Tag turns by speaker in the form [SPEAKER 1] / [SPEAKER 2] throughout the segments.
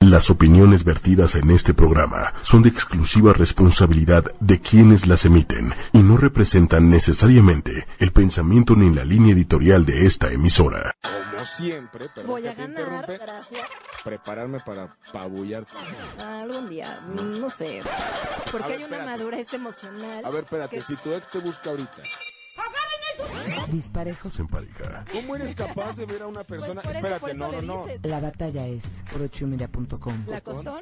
[SPEAKER 1] Las opiniones vertidas en este programa son de exclusiva responsabilidad de quienes las emiten y no representan necesariamente el pensamiento ni la línea editorial de esta emisora.
[SPEAKER 2] Como siempre, pero
[SPEAKER 3] Voy
[SPEAKER 2] que
[SPEAKER 3] a
[SPEAKER 2] te
[SPEAKER 3] ganar,
[SPEAKER 2] interrumpe,
[SPEAKER 3] gracias.
[SPEAKER 2] prepararme para pabullarte.
[SPEAKER 3] Algún día, mm, no sé.
[SPEAKER 2] A
[SPEAKER 3] Porque
[SPEAKER 2] ver,
[SPEAKER 3] hay una
[SPEAKER 2] espérate.
[SPEAKER 3] madurez emocional. Pues
[SPEAKER 2] A ver, espérate, si tu ex te busca ahorita,
[SPEAKER 4] Disparejos.
[SPEAKER 1] En pareja.
[SPEAKER 2] ¿cómo eres capaz de ver a una
[SPEAKER 3] Pues
[SPEAKER 2] persona?
[SPEAKER 3] por eso, por
[SPEAKER 2] espérate,
[SPEAKER 3] eso
[SPEAKER 2] no, no,
[SPEAKER 3] le
[SPEAKER 2] no.
[SPEAKER 3] dices.
[SPEAKER 4] La batalla es por ochoymedia.com.
[SPEAKER 3] ¿La costón?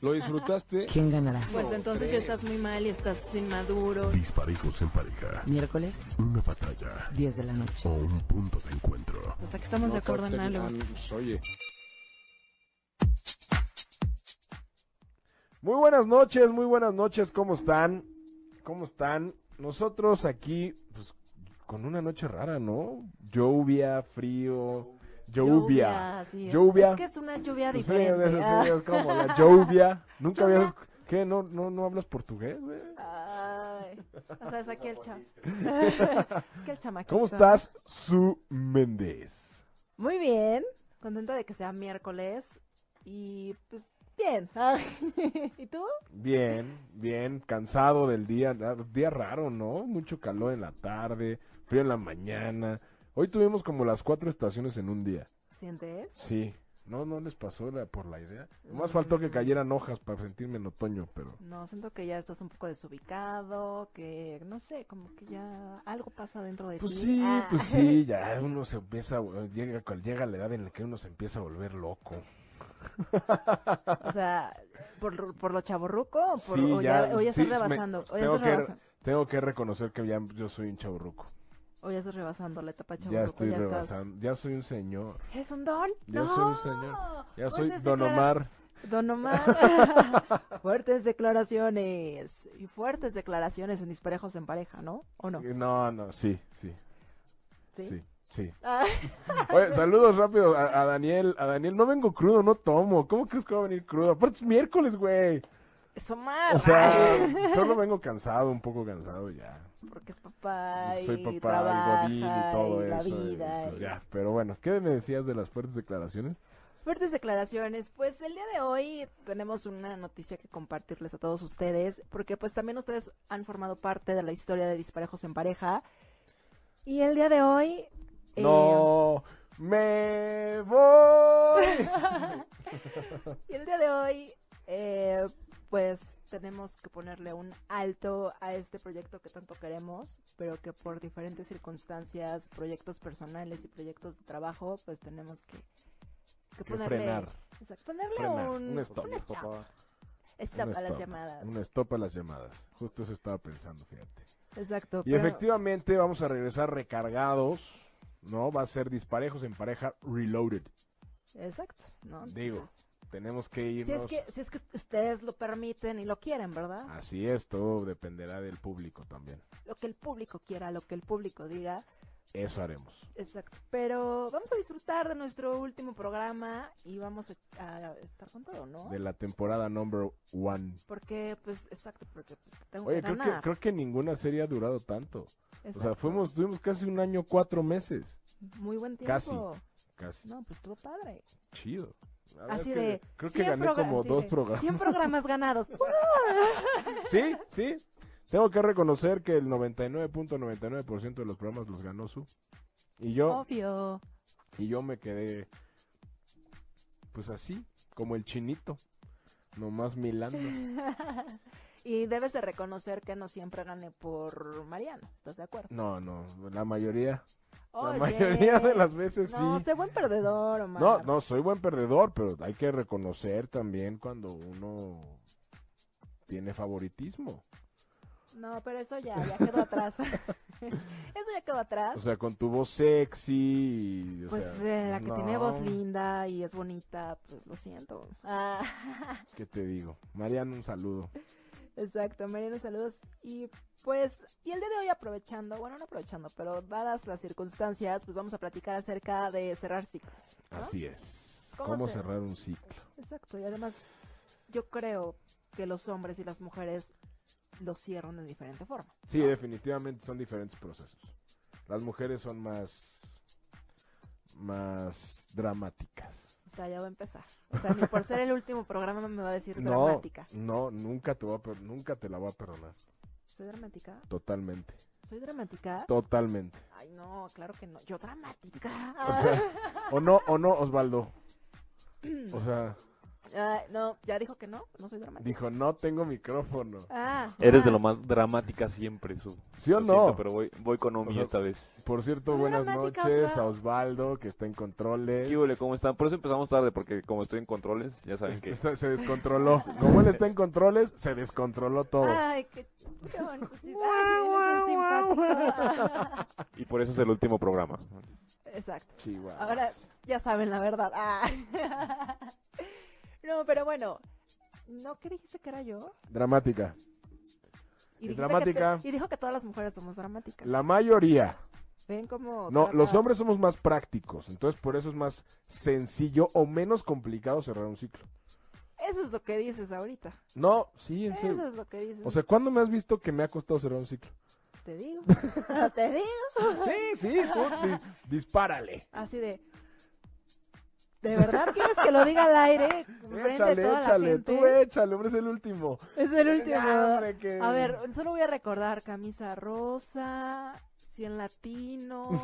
[SPEAKER 2] ¿Lo disfrutaste?
[SPEAKER 4] ¿Quién ganará?
[SPEAKER 3] Pues entonces ya estás muy mal y estás inmaduro.
[SPEAKER 1] Disparejos en pareja.
[SPEAKER 4] Miércoles,
[SPEAKER 1] Una batalla
[SPEAKER 4] 10 de la noche.
[SPEAKER 1] o un punto de encuentro.
[SPEAKER 3] Hasta que estamos de acuerdo en algo.
[SPEAKER 2] Pues, Oye. Muy buenas noches, muy buenas noches, ¿cómo están? ¿Cómo están? Nosotros aquí, pues, con una noche rara, ¿no? Lluvia, frío, lluvia.
[SPEAKER 3] así es.
[SPEAKER 2] Lluvia.
[SPEAKER 3] Es que es una lluvia
[SPEAKER 2] Los fríos de
[SPEAKER 3] diferente.
[SPEAKER 2] esos
[SPEAKER 3] Ah,
[SPEAKER 2] fríos, como la lluvia. Nunca
[SPEAKER 3] Lluvia.
[SPEAKER 2] habías... ¿Qué? ¿No, no, ¿No hablas portugués, güey?
[SPEAKER 3] ay. O sea, es aquí el cham. es que el chamaquito.
[SPEAKER 2] ¿Cómo estás, Su Méndez?
[SPEAKER 3] Muy bien. Contenta de que sea miércoles. Y pues, bien. Ay. ¿Y tú?
[SPEAKER 2] Bien, bien, cansado del día, ah, día raro, ¿no? Mucho calor en la tarde, frío en la mañana. Hoy tuvimos como las cuatro estaciones en un día.
[SPEAKER 3] ¿Sientes?
[SPEAKER 2] Sí, no, no les pasó la- por la idea.
[SPEAKER 3] Mm.
[SPEAKER 2] Más faltó que cayeran hojas para sentirme en otoño, pero
[SPEAKER 3] No, siento que ya estás un poco desubicado, que no sé, como que ya algo pasa dentro de
[SPEAKER 2] Pues
[SPEAKER 3] ti.
[SPEAKER 2] sí,
[SPEAKER 3] Ah.
[SPEAKER 2] pues sí, ya uno se empieza, a vol- llega, cual- llega la edad en la que uno se empieza a volver loco.
[SPEAKER 3] O sea, por, por lo chaborruco, o, por,
[SPEAKER 2] Sí,
[SPEAKER 3] o ya, o ya
[SPEAKER 2] sí,
[SPEAKER 3] estás
[SPEAKER 2] me-
[SPEAKER 3] rebasando, o ya
[SPEAKER 2] tengo,
[SPEAKER 3] estás
[SPEAKER 2] que,
[SPEAKER 3] rebasa-
[SPEAKER 2] tengo que reconocer que ya yo soy un chaburruco.
[SPEAKER 3] o ya estás rebasando la etapa chaborruco.
[SPEAKER 2] Ya estoy
[SPEAKER 3] estás-
[SPEAKER 2] rebasando, ya soy un señor.
[SPEAKER 3] ¿Eres un don?
[SPEAKER 2] Ya
[SPEAKER 3] ¡No!
[SPEAKER 2] soy un señor. Ya soy
[SPEAKER 3] Fuertes
[SPEAKER 2] Don
[SPEAKER 3] declara-
[SPEAKER 2] Omar.
[SPEAKER 3] Don Omar. fuertes declaraciones. Y fuertes declaraciones en disparejos en pareja, ¿no? ¿O no?
[SPEAKER 2] No, no, sí, sí,
[SPEAKER 3] Sí.
[SPEAKER 2] sí, sí.
[SPEAKER 3] Ah,
[SPEAKER 2] Oye, saludos rápido a, a Daniel, a Daniel. No vengo crudo, no tomo. ¿Cómo crees que va a venir crudo? Aparte es miércoles, güey.
[SPEAKER 3] es Omar.
[SPEAKER 2] O sea, solo vengo cansado, un poco cansado ya.
[SPEAKER 3] porque es papá y
[SPEAKER 2] Soy papá, y
[SPEAKER 3] trabaja
[SPEAKER 2] godín y todo
[SPEAKER 3] y
[SPEAKER 2] eso.
[SPEAKER 3] la
[SPEAKER 2] y
[SPEAKER 3] vida.
[SPEAKER 2] pues
[SPEAKER 3] y-
[SPEAKER 2] ya, pero bueno, ¿qué me decías de las fuertes declaraciones?
[SPEAKER 3] Fuertes declaraciones. Pues el día de hoy tenemos una noticia que compartirles a todos ustedes, porque pues también ustedes han formado parte de la historia de Disparejos en Pareja. Y el día de hoy... eh,
[SPEAKER 2] No, me voy.
[SPEAKER 3] Y el día de hoy, eh, pues tenemos que ponerle un alto a este proyecto que tanto queremos, pero que por diferentes circunstancias, proyectos personales y proyectos de trabajo, pues tenemos que, que
[SPEAKER 2] Que
[SPEAKER 3] ponerle,
[SPEAKER 2] frenar.
[SPEAKER 3] exacto, ponerle
[SPEAKER 2] Frenar,
[SPEAKER 3] un,
[SPEAKER 2] un stop.
[SPEAKER 3] un stop, stop
[SPEAKER 2] Un
[SPEAKER 3] a las
[SPEAKER 2] stop,
[SPEAKER 3] llamadas.
[SPEAKER 2] Un stop a las llamadas. Justo eso estaba pensando, fíjate.
[SPEAKER 3] Exacto.
[SPEAKER 2] Y
[SPEAKER 3] pero-
[SPEAKER 2] efectivamente vamos a regresar recargados, ¿no? Va a ser disparejos en pareja reloaded.
[SPEAKER 3] Exacto. ¿no?
[SPEAKER 2] Digo, Tenemos que
[SPEAKER 3] Entonces, si es
[SPEAKER 2] irnos.
[SPEAKER 3] que, si es que ustedes lo permiten y lo quieren, ¿verdad?
[SPEAKER 2] Así es, todo dependerá del público también.
[SPEAKER 3] Lo que el público quiera, lo que el público diga.
[SPEAKER 2] Eso haremos.
[SPEAKER 3] Exacto. Pero vamos a disfrutar de nuestro último programa y vamos a, a estar con todo, ¿no?
[SPEAKER 2] De la temporada number one.
[SPEAKER 3] Porque, pues, exacto, porque pues, tengo
[SPEAKER 2] Oye,
[SPEAKER 3] que
[SPEAKER 2] creo que,
[SPEAKER 3] ganar.
[SPEAKER 2] creo que ninguna serie ha durado tanto. O sea,
[SPEAKER 3] Exacto.
[SPEAKER 2] fuimos, tuvimos casi un año, cuatro meses.
[SPEAKER 3] Muy buen tiempo.
[SPEAKER 2] casi. Casi.
[SPEAKER 3] No, pues estuvo padre.
[SPEAKER 2] Chido. La verdad
[SPEAKER 3] Así
[SPEAKER 2] es que
[SPEAKER 3] de.
[SPEAKER 2] Creo que
[SPEAKER 3] 100
[SPEAKER 2] gané
[SPEAKER 3] progra-
[SPEAKER 2] como
[SPEAKER 3] sí,
[SPEAKER 2] dos
[SPEAKER 3] de
[SPEAKER 2] programas.
[SPEAKER 3] 100 programas ganados.
[SPEAKER 2] Sí, sí. Tengo que reconocer que el 99.99% de los programas los ganó su. Y yo,
[SPEAKER 3] Obvio.
[SPEAKER 2] y yo me quedé, pues así, como el chinito, nomás milando.
[SPEAKER 3] Y debes de reconocer que no siempre gané por Mariana, ¿estás de acuerdo?
[SPEAKER 2] No, no, la mayoría, la
[SPEAKER 3] Oye,
[SPEAKER 2] mayoría de las veces
[SPEAKER 3] No,
[SPEAKER 2] sí.
[SPEAKER 3] sé buen perdedor, Omar.
[SPEAKER 2] No, no, soy buen perdedor, pero hay que reconocer también cuando uno tiene favoritismo.
[SPEAKER 3] No, pero eso ya, ya quedó atrás. eso ya quedó atrás.
[SPEAKER 2] O sea, con tu voz sexy. o
[SPEAKER 3] pues
[SPEAKER 2] sea,
[SPEAKER 3] eh, la que
[SPEAKER 2] no,
[SPEAKER 3] tiene voz linda y es bonita, pues lo siento. Ah,
[SPEAKER 2] ¿Qué te digo? Mariana, un saludo.
[SPEAKER 3] exacto, Mariana, saludos. Y pues, y el día de hoy aprovechando, bueno, no aprovechando, pero dadas las circunstancias, pues vamos a platicar acerca de cerrar ciclos. ¿no?
[SPEAKER 2] Así es.
[SPEAKER 3] ¿Cómo
[SPEAKER 2] ¿Cómo,
[SPEAKER 3] se-
[SPEAKER 2] cerrar un ciclo?
[SPEAKER 3] Exacto, y además yo creo que los hombres y las mujeres lo cierran de diferente forma.
[SPEAKER 2] Sí, definitivamente son diferentes procesos. Las mujeres son más más dramáticas.
[SPEAKER 4] sea, ya va a empezar. O sea, ni por ser el último programa me va a decir
[SPEAKER 2] No,
[SPEAKER 4] dramática.
[SPEAKER 2] no, nunca te, va a per- nunca te la va a perdonar.
[SPEAKER 4] ¿Soy dramática?
[SPEAKER 2] Totalmente.
[SPEAKER 4] ¿Soy dramática?
[SPEAKER 2] Totalmente.
[SPEAKER 4] Ay, no, claro que no. Yo dramática.
[SPEAKER 2] O
[SPEAKER 3] Ah.
[SPEAKER 2] sea, o no, o no, Osvaldo. O sea,
[SPEAKER 4] Ay, no, ya dijo que no, no soy dramática.
[SPEAKER 2] dijo, no tengo micrófono.
[SPEAKER 4] Ah,
[SPEAKER 5] Eres de
[SPEAKER 4] ah,
[SPEAKER 5] lo más dramática siempre, Su.
[SPEAKER 2] ¿Sí o
[SPEAKER 5] Lo
[SPEAKER 2] no?
[SPEAKER 5] siento, pero voy, voy con Omi
[SPEAKER 2] O sea,
[SPEAKER 5] esta vez.
[SPEAKER 2] Por cierto,
[SPEAKER 4] Soy
[SPEAKER 2] buenas
[SPEAKER 4] dramática,
[SPEAKER 2] noches a
[SPEAKER 4] Osvaldo.
[SPEAKER 2] Osvaldo, que está en controles.
[SPEAKER 5] ¿Qué huele? ¿Cómo están? Por eso empezamos tarde, porque como estoy en controles, ya saben que...
[SPEAKER 2] Está- se descontroló. Como él está en controles, se descontroló todo.
[SPEAKER 4] Ah. Ay, qué, qué bonito chiste. Ay, qué eres tan simpático.
[SPEAKER 5] Y por eso es el último programa.
[SPEAKER 4] Exacto.
[SPEAKER 2] Chihuahua.
[SPEAKER 4] Ahora ya saben la verdad. Ah. No, pero bueno. ¿No que dijiste que era yo?
[SPEAKER 2] Dramática.
[SPEAKER 4] Y
[SPEAKER 2] Es
[SPEAKER 4] dijiste que
[SPEAKER 2] dramática.
[SPEAKER 4] te- y dijo que todas las mujeres somos dramáticas.
[SPEAKER 2] La mayoría.
[SPEAKER 4] Ven cómo...
[SPEAKER 2] No,
[SPEAKER 4] trata-
[SPEAKER 2] los hombres somos más prácticos. Entonces, por eso es más sencillo o menos complicado cerrar un ciclo.
[SPEAKER 4] Eso es lo que dices ahorita.
[SPEAKER 2] No, sí, en
[SPEAKER 4] Eso
[SPEAKER 2] serio.
[SPEAKER 4] es lo que dices.
[SPEAKER 2] O sea, ¿cuándo me has visto que me ha costado cerrar un ciclo?
[SPEAKER 4] te digo. te digo.
[SPEAKER 2] Sí, sí, tú di- dispárale.
[SPEAKER 4] Así de... ¿De verdad quieres que lo diga al aire? Frente a
[SPEAKER 2] Échale,
[SPEAKER 4] toda la
[SPEAKER 2] échale, tú
[SPEAKER 4] gente?
[SPEAKER 2] échale, hombre, es el último.
[SPEAKER 4] Es el último.
[SPEAKER 2] Ya, hombre, que-
[SPEAKER 4] A ver, solo voy a recordar camisa rosa, 100 latinos,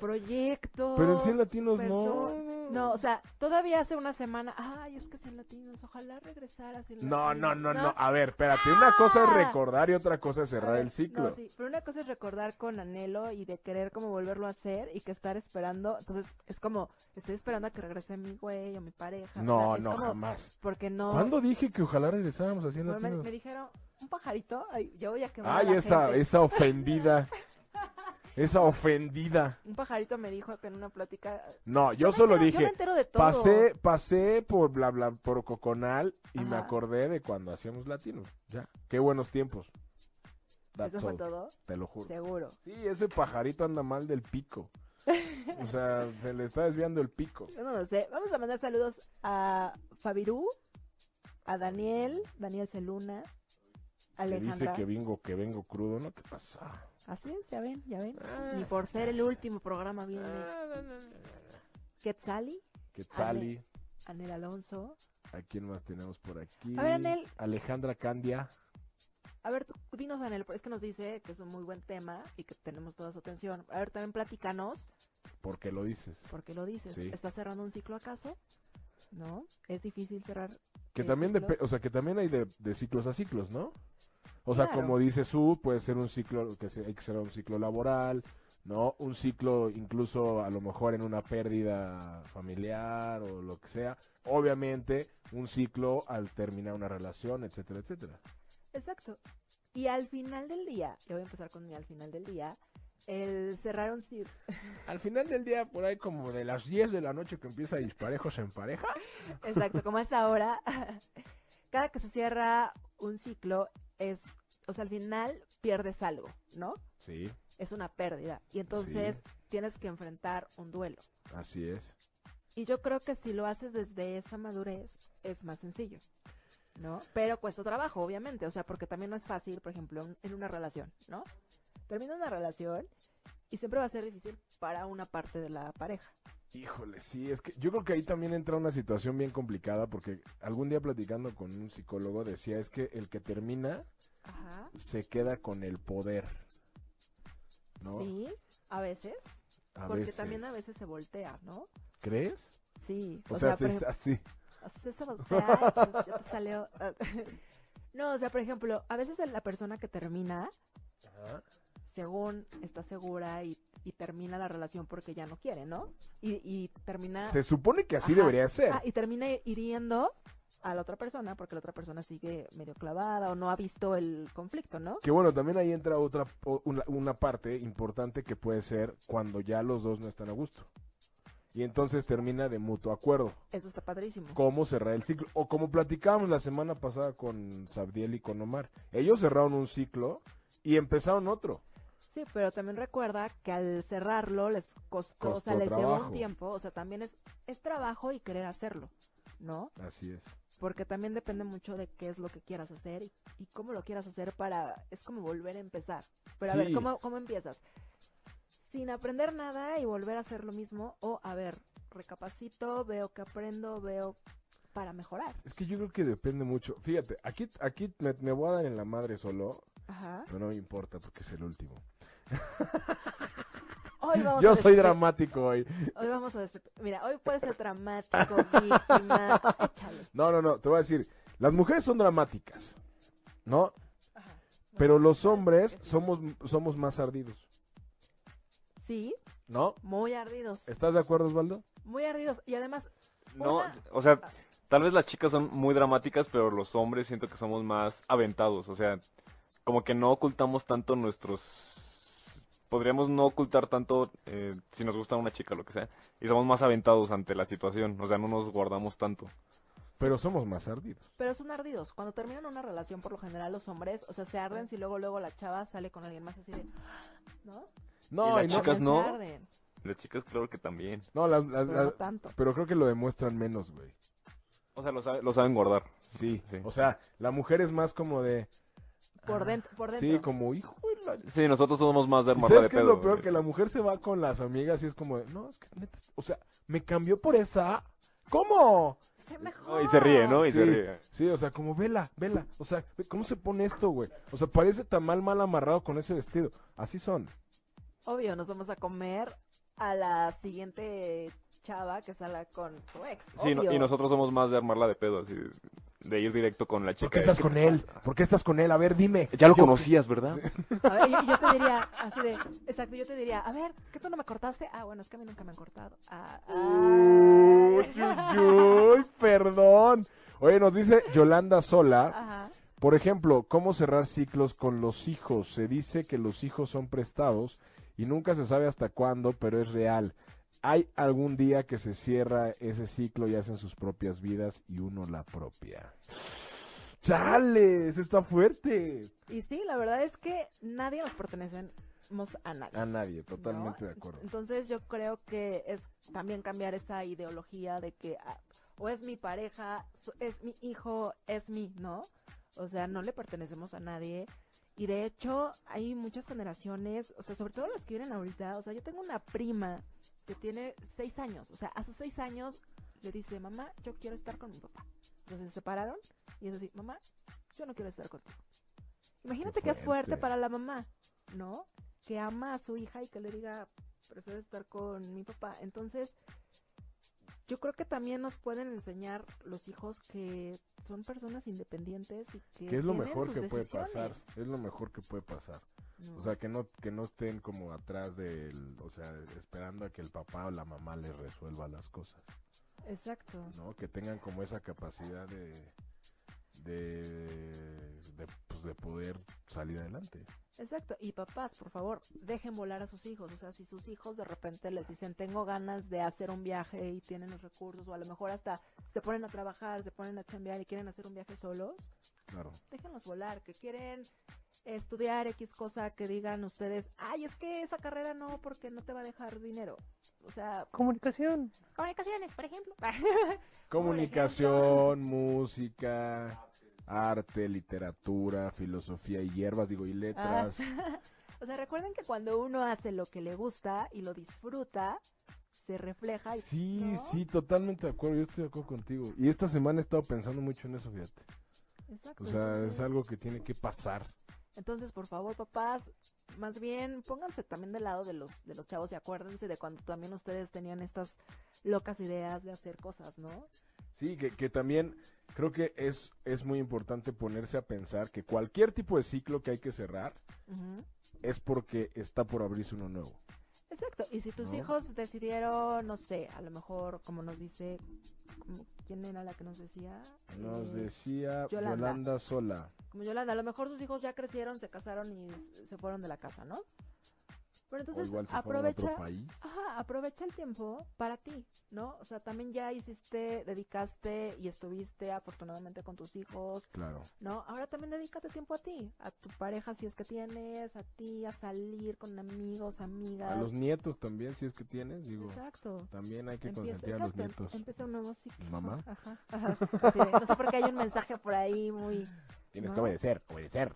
[SPEAKER 4] proyectos.
[SPEAKER 2] Pero en 100 latinos
[SPEAKER 4] perso-
[SPEAKER 2] no.
[SPEAKER 4] No, o sea, todavía hace una semana, ay, es que 100 latinos, ojalá regresara 100
[SPEAKER 2] No, no,
[SPEAKER 4] latinos.
[SPEAKER 2] no, no. A ver, espérate, una cosa es
[SPEAKER 4] Ah.
[SPEAKER 2] recordar y otra cosa es
[SPEAKER 4] A
[SPEAKER 2] cerrar
[SPEAKER 4] ver,
[SPEAKER 2] el ciclo.
[SPEAKER 4] no, sí, pero una cosa es recordar con anhelo y de querer como volverlo a hacer y que estar esperando. Entonces, es como, estoy esperando a que regrese mi güey o mi pareja. o
[SPEAKER 2] No,
[SPEAKER 4] sea, es
[SPEAKER 2] no,
[SPEAKER 4] como-
[SPEAKER 2] jamás.
[SPEAKER 4] Porque no.
[SPEAKER 2] ¿Cuándo dije que ojalá regresáramos a 100
[SPEAKER 4] Bueno, me,
[SPEAKER 2] latinos?
[SPEAKER 4] me dijeron, un pajarito, ay, yo voy a quemar. a
[SPEAKER 2] Ay,
[SPEAKER 4] la
[SPEAKER 2] esa,
[SPEAKER 4] gente.
[SPEAKER 2] esa ofendida. Esa ofendida.
[SPEAKER 4] Un pajarito me dijo que en una plática.
[SPEAKER 2] No, yo
[SPEAKER 4] me
[SPEAKER 2] solo
[SPEAKER 4] entero- Yo me
[SPEAKER 2] dije.
[SPEAKER 4] entero de todo.
[SPEAKER 2] Pasé, pasé por bla bla por Coconal y me
[SPEAKER 4] Ajá.
[SPEAKER 2] acordé de cuando hacíamos latinos. Ya. Qué buenos tiempos. That's
[SPEAKER 4] Eso fue
[SPEAKER 2] all,
[SPEAKER 4] todo,
[SPEAKER 2] Te lo juro.
[SPEAKER 4] seguro.
[SPEAKER 2] Sí, ese pajarito anda mal del pico. O sea, se le está desviando el pico.
[SPEAKER 4] Yo no lo sé. Vamos a mandar saludos a Fabirú, a Daniel, Daniel Celuna, a
[SPEAKER 2] Que dice
[SPEAKER 4] Alejandra.
[SPEAKER 2] que vengo, que vengo crudo, ¿no? ¿Qué pasa?
[SPEAKER 4] Así es, ya ven, ya ven.
[SPEAKER 2] Ah.
[SPEAKER 4] Ni por ser el último programa viene. Quetzali,
[SPEAKER 2] Que Tzali,
[SPEAKER 4] Anel Alonso.
[SPEAKER 2] ¿a quién más tenemos por aquí?
[SPEAKER 4] A ver, Anel.
[SPEAKER 2] Alejandra Candia.
[SPEAKER 4] A ver, tú- dinos, Anel, es que nos dice que es un muy buen tema y que tenemos toda su atención. A ver, también platícanos
[SPEAKER 2] ¿Por qué lo dices?
[SPEAKER 4] ¿Por qué lo dices?
[SPEAKER 2] Sí.
[SPEAKER 4] ¿Estás cerrando un ciclo acaso? No, es difícil cerrar.
[SPEAKER 2] Que
[SPEAKER 4] ¿De
[SPEAKER 2] también, depe-
[SPEAKER 4] ciclos?
[SPEAKER 2] o sea, que también hay de, de ciclos a ciclos, ¿no? O sea,
[SPEAKER 4] Claro.
[SPEAKER 2] como dice Su, puede ser un ciclo, que se- hay que ser un ciclo laboral, ¿no? Un ciclo incluso a lo mejor en una pérdida familiar o lo que sea. Obviamente, un ciclo al terminar una relación, etcétera, etcétera.
[SPEAKER 4] Exacto. Y al final del día, yo voy a empezar con mi al final del día, el cerrar un ciclo.
[SPEAKER 2] Al final del día, por ahí como de las 10 de la noche que empieza disparejos en pareja.
[SPEAKER 4] Exacto, como es ahora. Cada que se cierra un ciclo es, o sea, al final pierdes algo, ¿no?
[SPEAKER 2] Sí,
[SPEAKER 4] Es una pérdida. Y entonces tienes que enfrentar un duelo.
[SPEAKER 2] así es.
[SPEAKER 4] Y yo creo que si lo haces desde esa madurez, es más sencillo, ¿no? Pero cuesta trabajo, obviamente, o sea, porque también no es fácil, por ejemplo, en- en una relación, ¿no? Termina una relación y siempre va a ser difícil para una parte de la pareja.
[SPEAKER 2] Híjole, sí, es que yo creo que ahí también entra una situación bien complicada porque algún día platicando con un psicólogo decía es que el que termina
[SPEAKER 4] Ajá.
[SPEAKER 2] se queda con el poder. ¿No?
[SPEAKER 4] Sí, a veces,
[SPEAKER 2] A
[SPEAKER 4] porque
[SPEAKER 2] veces.
[SPEAKER 4] también a veces se voltea, ¿no?
[SPEAKER 2] ¿Crees?
[SPEAKER 4] Sí,
[SPEAKER 2] O, sea,
[SPEAKER 4] por
[SPEAKER 2] te-
[SPEAKER 4] ejemplo,
[SPEAKER 2] así.
[SPEAKER 4] Así se voltea, entonces ya te salió. No, o sea, por ejemplo, a veces la persona que termina
[SPEAKER 2] Ajá.
[SPEAKER 4] según está segura y, y termina la relación porque ya no quiere, ¿no? Y, y termina...
[SPEAKER 2] Se supone que así
[SPEAKER 4] ah, Ajá.
[SPEAKER 2] debería ser.
[SPEAKER 4] Ah, y termina hiriendo a la otra persona porque la otra persona sigue medio clavada o no ha visto el conflicto, ¿no?
[SPEAKER 2] Que bueno, también ahí entra otra o- una, una parte importante que puede ser cuando ya los dos no están a gusto. Y entonces termina de mutuo acuerdo.
[SPEAKER 4] Eso está padrísimo.
[SPEAKER 2] cómo cerrar el ciclo. O como platicábamos la semana pasada con Sabdiel y con Omar. Ellos cerraron un ciclo y empezaron otro.
[SPEAKER 4] Sí, pero también recuerda que al cerrarlo les costó, o sea,
[SPEAKER 2] Costó
[SPEAKER 4] les llevó
[SPEAKER 2] trabajo.
[SPEAKER 4] un tiempo, o sea, también es, es trabajo y querer hacerlo, ¿no?
[SPEAKER 2] Así es.
[SPEAKER 4] Porque también depende mucho de qué es lo que quieras hacer y, y cómo lo quieras hacer para... Es como volver a empezar. Pero a ver,
[SPEAKER 2] Sí.
[SPEAKER 4] ¿cómo, ¿cómo empiezas? ¿Sin aprender nada y volver a hacer lo mismo? O, a ver, recapacito, veo que aprendo, veo para mejorar.
[SPEAKER 2] Es que yo creo que depende mucho. Fíjate, aquí, aquí me, me voy a dar en la madre solo,
[SPEAKER 4] Ajá.
[SPEAKER 2] pero no me importa porque es el último.
[SPEAKER 4] Hoy vamos a
[SPEAKER 2] Yo soy
[SPEAKER 4] despe-
[SPEAKER 2] dramático hoy.
[SPEAKER 4] Hoy vamos a despe- Mira, hoy puede ser dramático, víctima, échale.
[SPEAKER 2] No, no, no, te voy a decir, las mujeres son dramáticas, ¿no? Pero
[SPEAKER 4] pues,
[SPEAKER 2] los hombres somos, somos más ardidos,
[SPEAKER 4] Sí,
[SPEAKER 2] ¿no?
[SPEAKER 4] muy ardidos.
[SPEAKER 2] ¿Estás de acuerdo, Osvaldo?
[SPEAKER 4] Muy ardidos. Y además,
[SPEAKER 5] No,
[SPEAKER 4] Una-
[SPEAKER 5] o sea, tal vez las chicas son muy dramáticas, pero los hombres siento que somos más aventados. O sea, como que no ocultamos tanto nuestros... Podríamos no ocultar tanto eh, si nos gusta una chica, lo que sea. Y somos más aventados ante la situación. O sea, no nos guardamos tanto.
[SPEAKER 2] Pero somos más ardidos.
[SPEAKER 4] pero son ardidos. Cuando terminan una relación, por lo general los hombres, o sea, se arden si luego luego la chava sale con alguien más así de, ¿no?
[SPEAKER 2] No,
[SPEAKER 5] las
[SPEAKER 2] y no-
[SPEAKER 5] chicas
[SPEAKER 4] Se
[SPEAKER 5] no?
[SPEAKER 4] arden,
[SPEAKER 5] Las chicas claro que también.
[SPEAKER 2] no, las- las-
[SPEAKER 4] pero no
[SPEAKER 2] las-
[SPEAKER 4] tanto.
[SPEAKER 2] pero creo que lo demuestran menos, güey.
[SPEAKER 5] O sea, lo, sabe- lo saben guardar.
[SPEAKER 2] Sí,
[SPEAKER 5] Sí.
[SPEAKER 2] o sea, la mujer es más como de...
[SPEAKER 5] Ah,
[SPEAKER 4] Por dentro, por dentro.
[SPEAKER 2] Sí, como hijo. de la-
[SPEAKER 5] Sí, nosotros somos más de
[SPEAKER 2] ¿Y
[SPEAKER 5] armarla
[SPEAKER 2] ¿Sabes
[SPEAKER 5] de
[SPEAKER 2] qué es
[SPEAKER 5] pedo.
[SPEAKER 2] lo peor?
[SPEAKER 5] güey.
[SPEAKER 2] Que la mujer se va con las amigas y es como de, no, es que neta, o sea, me cambió por esa. ¿Cómo?
[SPEAKER 4] Soy mejor.
[SPEAKER 5] No, y se ríe, ¿no? Y
[SPEAKER 2] sí,
[SPEAKER 5] se ríe.
[SPEAKER 2] sí, o sea, como vela, vela. O sea, ve ¿cómo se pone esto, güey? O sea, parece tan mal, mal amarrado con ese vestido. Así son.
[SPEAKER 4] Obvio, nos vamos a comer a la siguiente chava que salga con tu ex.
[SPEAKER 5] Sí, no-
[SPEAKER 4] obvio.
[SPEAKER 5] y nosotros somos más de armarla de pedo, así, de ir directo con la chica.
[SPEAKER 2] ¿Por qué
[SPEAKER 5] y-
[SPEAKER 2] estás con él? ¿Por qué estás con él? A ver, dime.
[SPEAKER 5] Ya lo
[SPEAKER 2] Yo-
[SPEAKER 5] conocías, ¿verdad?
[SPEAKER 4] A ver, y- y yo te diría, así de, exacto, yo te diría, a ver, ¿qué tú no me cortaste? Ah, bueno, es que a mí nunca me han cortado. Ah, ah.
[SPEAKER 2] Uy, uy, uy, perdón. Oye, nos dice Yolanda Sola,
[SPEAKER 4] Ajá.
[SPEAKER 2] por ejemplo, ¿cómo cerrar ciclos con los hijos? Se dice que los hijos son prestados y nunca se sabe hasta cuándo, pero es real. Hay algún día que se cierra ese ciclo y hacen sus propias vidas y uno la propia. ¡Chales! Está fuerte.
[SPEAKER 4] Y sí, la verdad es que nadie nos pertenecemos a nadie.
[SPEAKER 2] A nadie,
[SPEAKER 4] ¿no?
[SPEAKER 2] totalmente de acuerdo.
[SPEAKER 4] Entonces yo creo que es también cambiar esa ideología de que ah, o es mi pareja, so- es mi hijo, es mi, ¿no? O sea, no le pertenecemos a nadie. Y de hecho hay muchas generaciones, o sea, sobre todo las que vienen ahorita, o sea, yo tengo una prima que tiene seis años, o sea, a sus seis años le dice, mamá, yo quiero estar con mi papá. Entonces se separaron y es así, mamá, yo no quiero estar contigo. Imagínate qué fuerte
[SPEAKER 2] fuerte.
[SPEAKER 4] para la mamá, ¿no? Que ama a su hija y que le diga, prefiero estar con mi papá. Entonces, yo creo que también nos pueden enseñar los hijos que son personas independientes y que
[SPEAKER 2] Que es lo
[SPEAKER 4] tienen
[SPEAKER 2] mejor
[SPEAKER 4] sus
[SPEAKER 2] que puede
[SPEAKER 4] decisiones,
[SPEAKER 2] pasar. Es lo mejor que puede pasar.
[SPEAKER 4] ¿no?
[SPEAKER 2] O sea, que no, que no estén como atrás del, o sea, esperando a que el papá o la mamá les resuelva las cosas,
[SPEAKER 4] Exacto.
[SPEAKER 2] ¿no? Que tengan como esa capacidad de, de, de, pues, de poder salir adelante.
[SPEAKER 4] Exacto, y papás, por favor, dejen volar a sus hijos. O sea, si sus hijos de repente les dicen, tengo ganas de hacer un viaje y tienen los recursos, o a lo mejor hasta se ponen a trabajar, se ponen a chambear y quieren hacer un viaje solos,
[SPEAKER 2] Claro.
[SPEAKER 4] déjenlos volar. Que quieren estudiar X cosa, que digan ustedes, ay, es que esa carrera no, porque no te va a dejar dinero. O sea,
[SPEAKER 6] Comunicación.
[SPEAKER 4] comunicaciones, por ejemplo.
[SPEAKER 2] Comunicación, música, arte, literatura, filosofía y hierbas, digo, y letras.
[SPEAKER 4] Ah, O sea, recuerden que cuando uno hace lo que le gusta y lo disfruta, se refleja y...
[SPEAKER 2] Sí,
[SPEAKER 4] ¿no?
[SPEAKER 2] sí, totalmente de acuerdo, yo estoy de acuerdo contigo. Y esta semana he estado pensando mucho en eso, fíjate.
[SPEAKER 4] Exacto,
[SPEAKER 2] O sea, es
[SPEAKER 4] entonces-
[SPEAKER 2] algo que tiene que pasar.
[SPEAKER 4] Entonces, por favor, papás, más bien pónganse también del lado de los de los chavos y acuérdense de cuando también ustedes tenían estas locas ideas de hacer cosas, ¿no?
[SPEAKER 2] Sí, que, que también creo que es, es muy importante ponerse a pensar que cualquier tipo de ciclo que hay que cerrar
[SPEAKER 4] Ujú.
[SPEAKER 2] es porque está por abrirse uno nuevo.
[SPEAKER 4] Exacto. Y si tus
[SPEAKER 2] No.
[SPEAKER 4] hijos decidieron, no sé, a lo mejor, como nos dice, como- ¿quién era la que nos decía?
[SPEAKER 2] Nos
[SPEAKER 4] Eh,
[SPEAKER 2] decía
[SPEAKER 4] Yolanda.
[SPEAKER 2] Yolanda, Sola.
[SPEAKER 4] Como Yolanda, a lo mejor sus hijos ya crecieron, se casaron y s- se fueron de la casa, ¿no? Pero
[SPEAKER 2] O
[SPEAKER 4] entonces
[SPEAKER 2] igual se fueron a
[SPEAKER 4] aprovecha,
[SPEAKER 2] otro país.
[SPEAKER 4] Ajá, aprovecha el tiempo para ti, ¿no? O sea, también ya hiciste, dedicaste y estuviste afortunadamente con tus hijos,
[SPEAKER 2] Claro.
[SPEAKER 4] ¿no? Ahora también dedícate tiempo a ti, a tu pareja si es que tienes, a ti, a salir con amigos, amigas.
[SPEAKER 2] A los nietos también, si es que tienes, digo.
[SPEAKER 4] Exacto.
[SPEAKER 2] También hay que
[SPEAKER 4] Empieza,
[SPEAKER 2] consentir a los
[SPEAKER 4] exacto,
[SPEAKER 2] nietos.
[SPEAKER 4] empieza un nuevo ciclo.
[SPEAKER 2] Mamá.
[SPEAKER 4] Ajá, ajá. Así de, no sé por qué hay un mensaje por ahí muy...
[SPEAKER 2] Tienes
[SPEAKER 4] ¿no?
[SPEAKER 2] que obedecer, obedecer.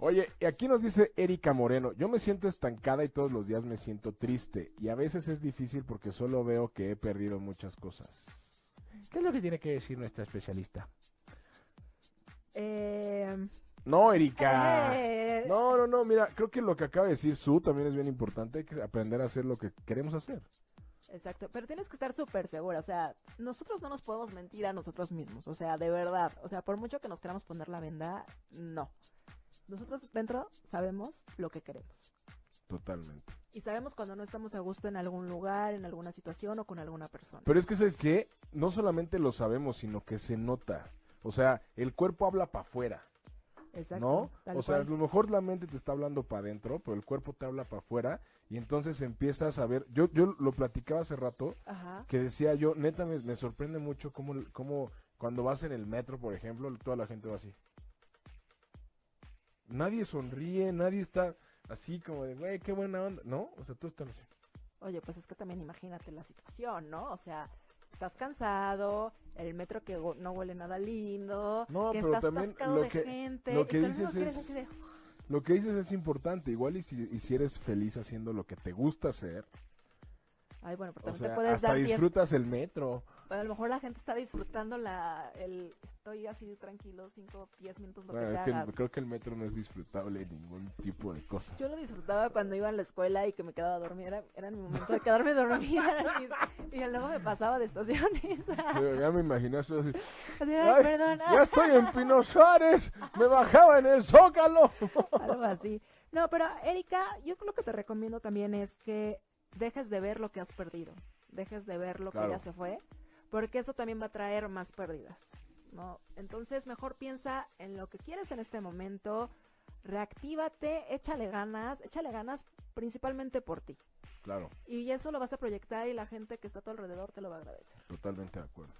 [SPEAKER 2] Oye, y aquí nos dice Erika Moreno, yo me siento estancada y todos los días me siento triste y a veces es difícil porque solo veo que he perdido muchas cosas.
[SPEAKER 6] ¿Qué es lo que tiene que decir nuestra especialista?
[SPEAKER 4] Eh,
[SPEAKER 2] No, Erika.
[SPEAKER 4] eh,
[SPEAKER 2] No, no, no, mira, creo que lo que acaba de decir Su también es bien importante, hay que aprender a hacer lo que queremos hacer.
[SPEAKER 4] Exacto, pero tienes que estar súper segura, o sea, nosotros no nos podemos mentir a nosotros mismos, o sea, de verdad, o sea, por mucho que nos queramos poner la venda, no. Nosotros dentro sabemos lo que queremos
[SPEAKER 2] Totalmente.
[SPEAKER 4] y sabemos cuando no estamos a gusto en algún lugar, en alguna situación o con alguna persona.
[SPEAKER 2] Pero es que, ¿sabes qué? No solamente lo sabemos, sino que se nota. O sea, el cuerpo habla para afuera.
[SPEAKER 4] Exacto.
[SPEAKER 2] ¿No?
[SPEAKER 4] tal
[SPEAKER 2] O sea, a
[SPEAKER 4] cual.
[SPEAKER 2] lo mejor la mente te está hablando para adentro, pero el cuerpo te habla para afuera y entonces empiezas a ver, yo, yo lo platicaba hace rato,
[SPEAKER 4] Ajá.
[SPEAKER 2] que decía yo, neta me, me sorprende mucho cómo, cómo cuando vas en el metro, por ejemplo, toda la gente va así. Nadie sonríe, nadie está así como de, güey, qué buena onda, ¿no? O sea, todos están así.
[SPEAKER 4] Oye, pues es que también imagínate la situación, ¿no? O sea, estás cansado, el metro que hu- no huele nada lindo,
[SPEAKER 2] No,
[SPEAKER 4] que
[SPEAKER 2] pero
[SPEAKER 4] estás
[SPEAKER 2] también
[SPEAKER 4] atascado
[SPEAKER 2] lo
[SPEAKER 4] de
[SPEAKER 2] que-
[SPEAKER 4] gente,
[SPEAKER 2] lo
[SPEAKER 4] y
[SPEAKER 2] que
[SPEAKER 4] todo el
[SPEAKER 2] dices
[SPEAKER 4] mundo quiere
[SPEAKER 2] es-
[SPEAKER 4] así de,
[SPEAKER 2] Lo que dices es importante, igual y si, y si eres feliz haciendo lo que te gusta hacer,
[SPEAKER 4] Ay, bueno, pero
[SPEAKER 2] o
[SPEAKER 4] también te
[SPEAKER 2] sea,
[SPEAKER 4] puedes
[SPEAKER 2] hasta
[SPEAKER 4] dar 10
[SPEAKER 2] disfrutas el metro.
[SPEAKER 4] A lo mejor la gente está disfrutando la, el estoy así tranquilo, 5, 10 minutos lo
[SPEAKER 2] Bueno,
[SPEAKER 4] que
[SPEAKER 2] es
[SPEAKER 4] te
[SPEAKER 2] que
[SPEAKER 4] hagas.
[SPEAKER 2] creo que el metro no es disfrutable en ningún tipo de cosas.
[SPEAKER 4] Yo lo disfrutaba cuando iba a la escuela y que me quedaba dormida. Era, era mi momento de quedarme dormida. eran mis- y luego me pasaba de estaciones.
[SPEAKER 2] Yo ya me imaginé eso así,
[SPEAKER 4] Así, ay,
[SPEAKER 2] "Ay,
[SPEAKER 4] perdón.
[SPEAKER 2] Ya estoy en Pino Suárez, me bajaba en el Zócalo.
[SPEAKER 4] algo así. No, pero Erika, yo lo que te recomiendo también es que dejes de ver lo que has perdido, dejes de ver lo
[SPEAKER 2] Claro.
[SPEAKER 4] que ya se fue, porque eso también va a traer más pérdidas, ¿no? Entonces, mejor piensa en lo que quieres en este momento, reactívate, échale ganas, échale ganas principalmente por ti.
[SPEAKER 2] Claro,
[SPEAKER 4] Y eso lo vas a proyectar y la gente que está a tu alrededor te lo va a agradecer.
[SPEAKER 2] totalmente de acuerdo.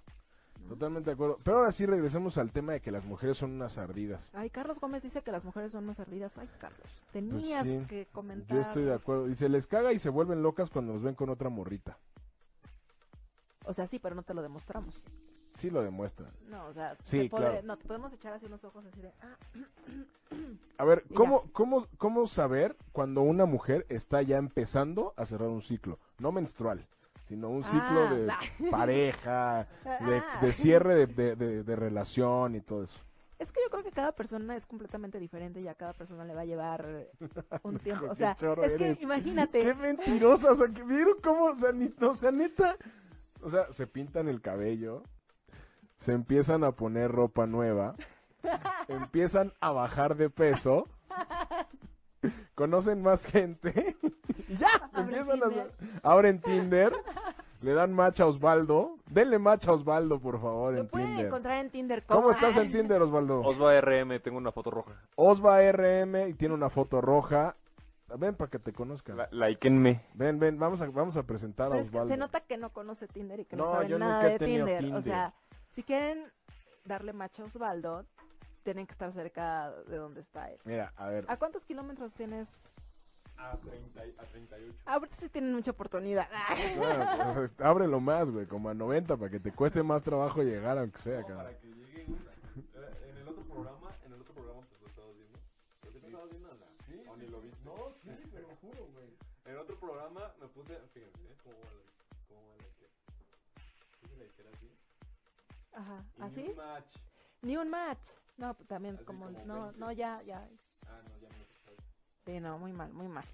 [SPEAKER 2] Totalmente de acuerdo. Pero ahora sí regresemos al tema de que las mujeres son unas ardidas.
[SPEAKER 4] Ay, Carlos Gómez dice que las mujeres son más ardidas. Ay, Carlos, tenías
[SPEAKER 2] Pues sí,
[SPEAKER 4] que comentar.
[SPEAKER 2] Yo estoy de acuerdo. Y se les caga y se vuelven locas cuando nos ven con otra morrita.
[SPEAKER 4] O sea, sí, pero no te lo demostramos.
[SPEAKER 2] Sí lo demuestran.
[SPEAKER 4] No, o sea,
[SPEAKER 2] Sí,
[SPEAKER 4] te podré-
[SPEAKER 2] claro.
[SPEAKER 4] no, te podemos echar así unos ojos así de, ah,
[SPEAKER 2] A ver,
[SPEAKER 4] Mira.
[SPEAKER 2] ¿cómo, cómo, ¿cómo saber cuando una mujer está ya empezando a cerrar un ciclo? No menstrual, sino un ciclo
[SPEAKER 4] Ah,
[SPEAKER 2] de
[SPEAKER 4] bah.
[SPEAKER 2] pareja, de,
[SPEAKER 4] Ah.
[SPEAKER 2] de cierre de, de- de- de relación y todo eso.
[SPEAKER 4] es que yo creo que cada persona es completamente diferente y a cada persona le va a llevar un tiempo, o sea,
[SPEAKER 2] qué choro
[SPEAKER 4] es
[SPEAKER 2] eres.
[SPEAKER 4] que imagínate,
[SPEAKER 2] mentirosa! O sea, que ¿vieron cómo? O sea, ni- o sea, neta. O sea, se pintan el cabello, se empiezan a poner ropa nueva, empiezan a bajar de peso, conocen más gente y ya,
[SPEAKER 4] Abren
[SPEAKER 2] empiezan a...
[SPEAKER 4] Tinder.
[SPEAKER 2] Abren Tinder, le dan match a Osvaldo. Denle match a Osvaldo, por favor,
[SPEAKER 4] lo
[SPEAKER 2] en
[SPEAKER 4] pueden
[SPEAKER 2] Tinder.
[SPEAKER 4] encontrar en Tinder. como-
[SPEAKER 2] ¿Cómo estás en Tinder, Osvaldo?
[SPEAKER 5] Osva RM, tengo una foto roja.
[SPEAKER 2] Osva RM y tiene una foto roja. Ven para que te conozcan.
[SPEAKER 5] La, likeenme.
[SPEAKER 2] Ven, ven, vamos a, vamos a presentar a
[SPEAKER 4] Pero es que
[SPEAKER 2] Osvaldo.
[SPEAKER 4] se nota que no conoce Tinder y que no,
[SPEAKER 2] No,
[SPEAKER 4] sabe
[SPEAKER 2] yo
[SPEAKER 4] nada
[SPEAKER 2] nunca he
[SPEAKER 4] de
[SPEAKER 2] tenido
[SPEAKER 4] Tinder. o
[SPEAKER 2] Tinder.
[SPEAKER 4] sea, si quieren darle match a Osvaldo, tienen que estar cerca de donde está él.
[SPEAKER 2] Mira, a ver.
[SPEAKER 4] ¿A cuántos kilómetros tienes?
[SPEAKER 5] A, 30, a 38.
[SPEAKER 4] Ahorita sí tienen mucha oportunidad.
[SPEAKER 2] bueno, o sea, ábrelo más, güey, como a 90, para que te cueste más trabajo llegar, aunque sea, cabrón.
[SPEAKER 5] que llegue una. En el otro programa, en el otro programa, pues lo estabas viendo. ¿Lo estabas viendo? Sí. ¿O ni lo viste? No, sí, te lo juro, güey. En el otro programa me puse, fíjense, ¿eh? ¿Cómo va la, cómo va la que? ¿Sí se la dijera así?
[SPEAKER 4] Ajá,
[SPEAKER 5] Y ni
[SPEAKER 4] ¿así?
[SPEAKER 5] un match.
[SPEAKER 4] Ni un match. No, pues, también
[SPEAKER 5] Así
[SPEAKER 4] como,
[SPEAKER 5] como
[SPEAKER 4] no,
[SPEAKER 5] 20.
[SPEAKER 4] no, ya, ya.
[SPEAKER 5] Ah, no, ya no.
[SPEAKER 4] Sí, no, muy mal, muy mal.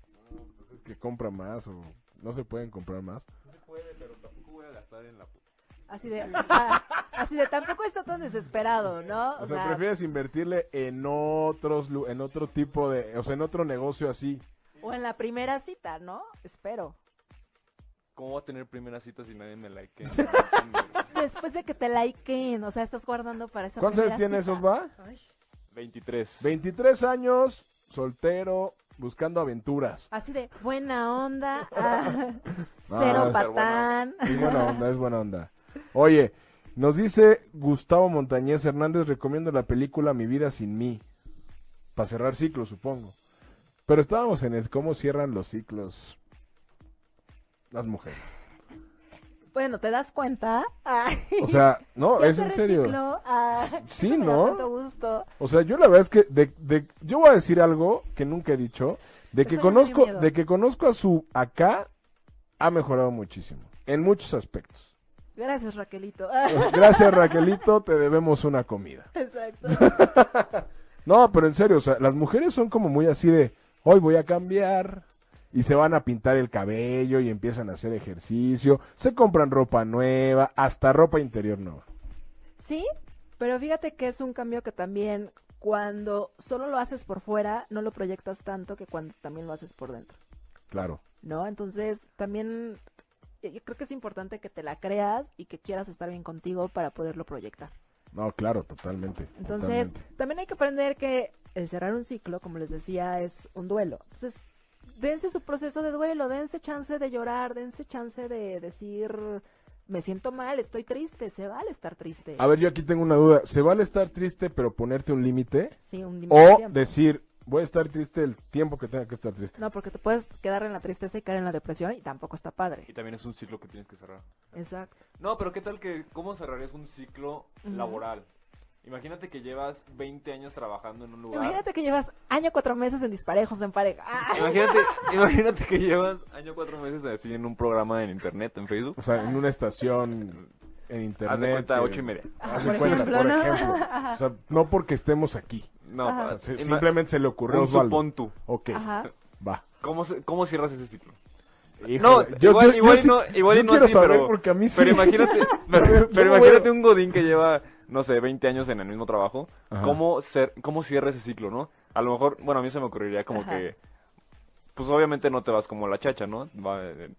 [SPEAKER 2] Es que compra más o no se pueden comprar más.
[SPEAKER 5] No se puede, pero tampoco voy a gastar en la puta.
[SPEAKER 4] Así de, ah, así de, tampoco está tan desesperado, ¿no?
[SPEAKER 2] O, sea, prefieres invertirle en otros, lu- en otro tipo de, o sea, en otro negocio así.
[SPEAKER 4] o en la primera cita, ¿no? Espero.
[SPEAKER 5] ¿Cómo voy a tener primera cita si nadie me likea?
[SPEAKER 4] Después de que te likeen, o sea, estás guardando para esa
[SPEAKER 2] ¿Cuántos años
[SPEAKER 4] primera
[SPEAKER 2] tiene
[SPEAKER 4] cita.
[SPEAKER 2] esos, va?
[SPEAKER 5] 23.
[SPEAKER 2] 23 años, soltero, buscando aventuras.
[SPEAKER 4] Así de, buena onda, ah,
[SPEAKER 2] No,
[SPEAKER 4] cero
[SPEAKER 2] es-
[SPEAKER 4] patán.
[SPEAKER 2] Es buena onda, es buena onda. Oye, nos dice Gustavo Montañez Hernández, recomiendo la película Mi vida sin mí. Para cerrar ciclos, supongo. Pero estábamos en el cómo cierran los ciclos las mujeres.
[SPEAKER 4] Bueno, ¿te das cuenta? Ay,
[SPEAKER 2] O sea, no,
[SPEAKER 4] ya
[SPEAKER 2] es
[SPEAKER 4] se
[SPEAKER 2] en serio.
[SPEAKER 4] recicló. Ah,
[SPEAKER 2] Sí,
[SPEAKER 4] eso me da
[SPEAKER 2] ¿no?
[SPEAKER 4] tanto gusto.
[SPEAKER 2] O sea, yo la verdad es que de, de- yo voy a decir algo que nunca he dicho, de que
[SPEAKER 4] Eso me dio
[SPEAKER 2] conozco,
[SPEAKER 4] miedo.
[SPEAKER 2] de que conozco a su acá ha mejorado muchísimo en muchos aspectos.
[SPEAKER 4] Gracias, Raquelito. Ah,
[SPEAKER 2] Pues, gracias Raquelito, te debemos una comida.
[SPEAKER 4] Exacto.
[SPEAKER 2] No, pero en serio, o sea, las mujeres son como muy así de, hoy voy a cambiar y se van a pintar el cabello y empiezan a hacer ejercicio, se compran ropa nueva, hasta ropa interior nueva.
[SPEAKER 4] Sí, pero fíjate que es un cambio que también cuando solo lo haces por fuera, no lo proyectas tanto que cuando también lo haces por dentro,
[SPEAKER 2] Claro.
[SPEAKER 4] ¿no? Entonces, también eh, yo creo que es importante que te la creas y que quieras estar bien contigo para poderlo proyectar.
[SPEAKER 2] No, claro, totalmente.
[SPEAKER 4] Entonces,
[SPEAKER 2] totalmente.
[SPEAKER 4] también hay que aprender que el cerrar un ciclo, como les decía, es un duelo. Entonces, dense su proceso de duelo, dense chance de llorar, dense chance de decir, me siento mal, estoy triste, se vale estar triste.
[SPEAKER 2] A ver, yo aquí tengo una duda. ¿Se vale estar triste pero ponerte un límite?
[SPEAKER 4] Sí, un límite de
[SPEAKER 2] O
[SPEAKER 4] tiempo.
[SPEAKER 2] decir, voy a estar triste el tiempo que tenga que estar triste.
[SPEAKER 4] No, porque te puedes quedar en la tristeza y caer en la depresión y tampoco está padre.
[SPEAKER 5] Y también es un ciclo que tienes que cerrar.
[SPEAKER 4] Exacto.
[SPEAKER 5] No, pero ¿qué tal que cómo cerrarías un ciclo
[SPEAKER 4] Ujú.
[SPEAKER 5] laboral? Imagínate que llevas 20 años trabajando en un lugar.
[SPEAKER 4] Imagínate que llevas año cuatro meses en disparejos en pareja. ¡Ah!
[SPEAKER 5] Imagínate, imagínate que llevas año cuatro meses así en un programa en internet, en Facebook.
[SPEAKER 2] O sea, en una estación en internet.
[SPEAKER 5] Haz de cuenta,
[SPEAKER 2] que-
[SPEAKER 5] ocho y media.
[SPEAKER 2] Haz
[SPEAKER 4] Por
[SPEAKER 2] de cuenta,
[SPEAKER 4] ejemplo,
[SPEAKER 2] por
[SPEAKER 4] ¿no?
[SPEAKER 2] ejemplo. O sea, no porque estemos aquí.
[SPEAKER 5] No,
[SPEAKER 2] O
[SPEAKER 4] Ajá.
[SPEAKER 2] sea, se-
[SPEAKER 5] ima-
[SPEAKER 2] Ah, simplemente se le ocurrió a
[SPEAKER 5] un
[SPEAKER 2] Osvaldo.
[SPEAKER 5] supón tú.
[SPEAKER 2] Ok,
[SPEAKER 4] Ajá.
[SPEAKER 2] va.
[SPEAKER 5] ¿Cómo, se- ¿Cómo cierras ese ciclo?
[SPEAKER 2] Híjole,
[SPEAKER 5] no, igual, igual
[SPEAKER 2] sí-
[SPEAKER 5] no, igual
[SPEAKER 2] yo
[SPEAKER 5] no
[SPEAKER 2] quiero
[SPEAKER 5] sí,
[SPEAKER 2] saber
[SPEAKER 5] pero,
[SPEAKER 2] porque a mí sí.
[SPEAKER 5] pero imagínate, pero,
[SPEAKER 2] Yo- yo
[SPEAKER 5] pero
[SPEAKER 2] me
[SPEAKER 5] imagínate
[SPEAKER 2] voy
[SPEAKER 5] un godín que lleva, no sé, 20 años en el mismo trabajo,
[SPEAKER 2] Ajá.
[SPEAKER 5] ¿cómo, cer- ¿cómo cierra ese ciclo, no? A lo mejor, bueno, a mí se me ocurriría como
[SPEAKER 4] Ajá.
[SPEAKER 5] que, pues obviamente no te vas como la chacha, ¿no? Va, eh,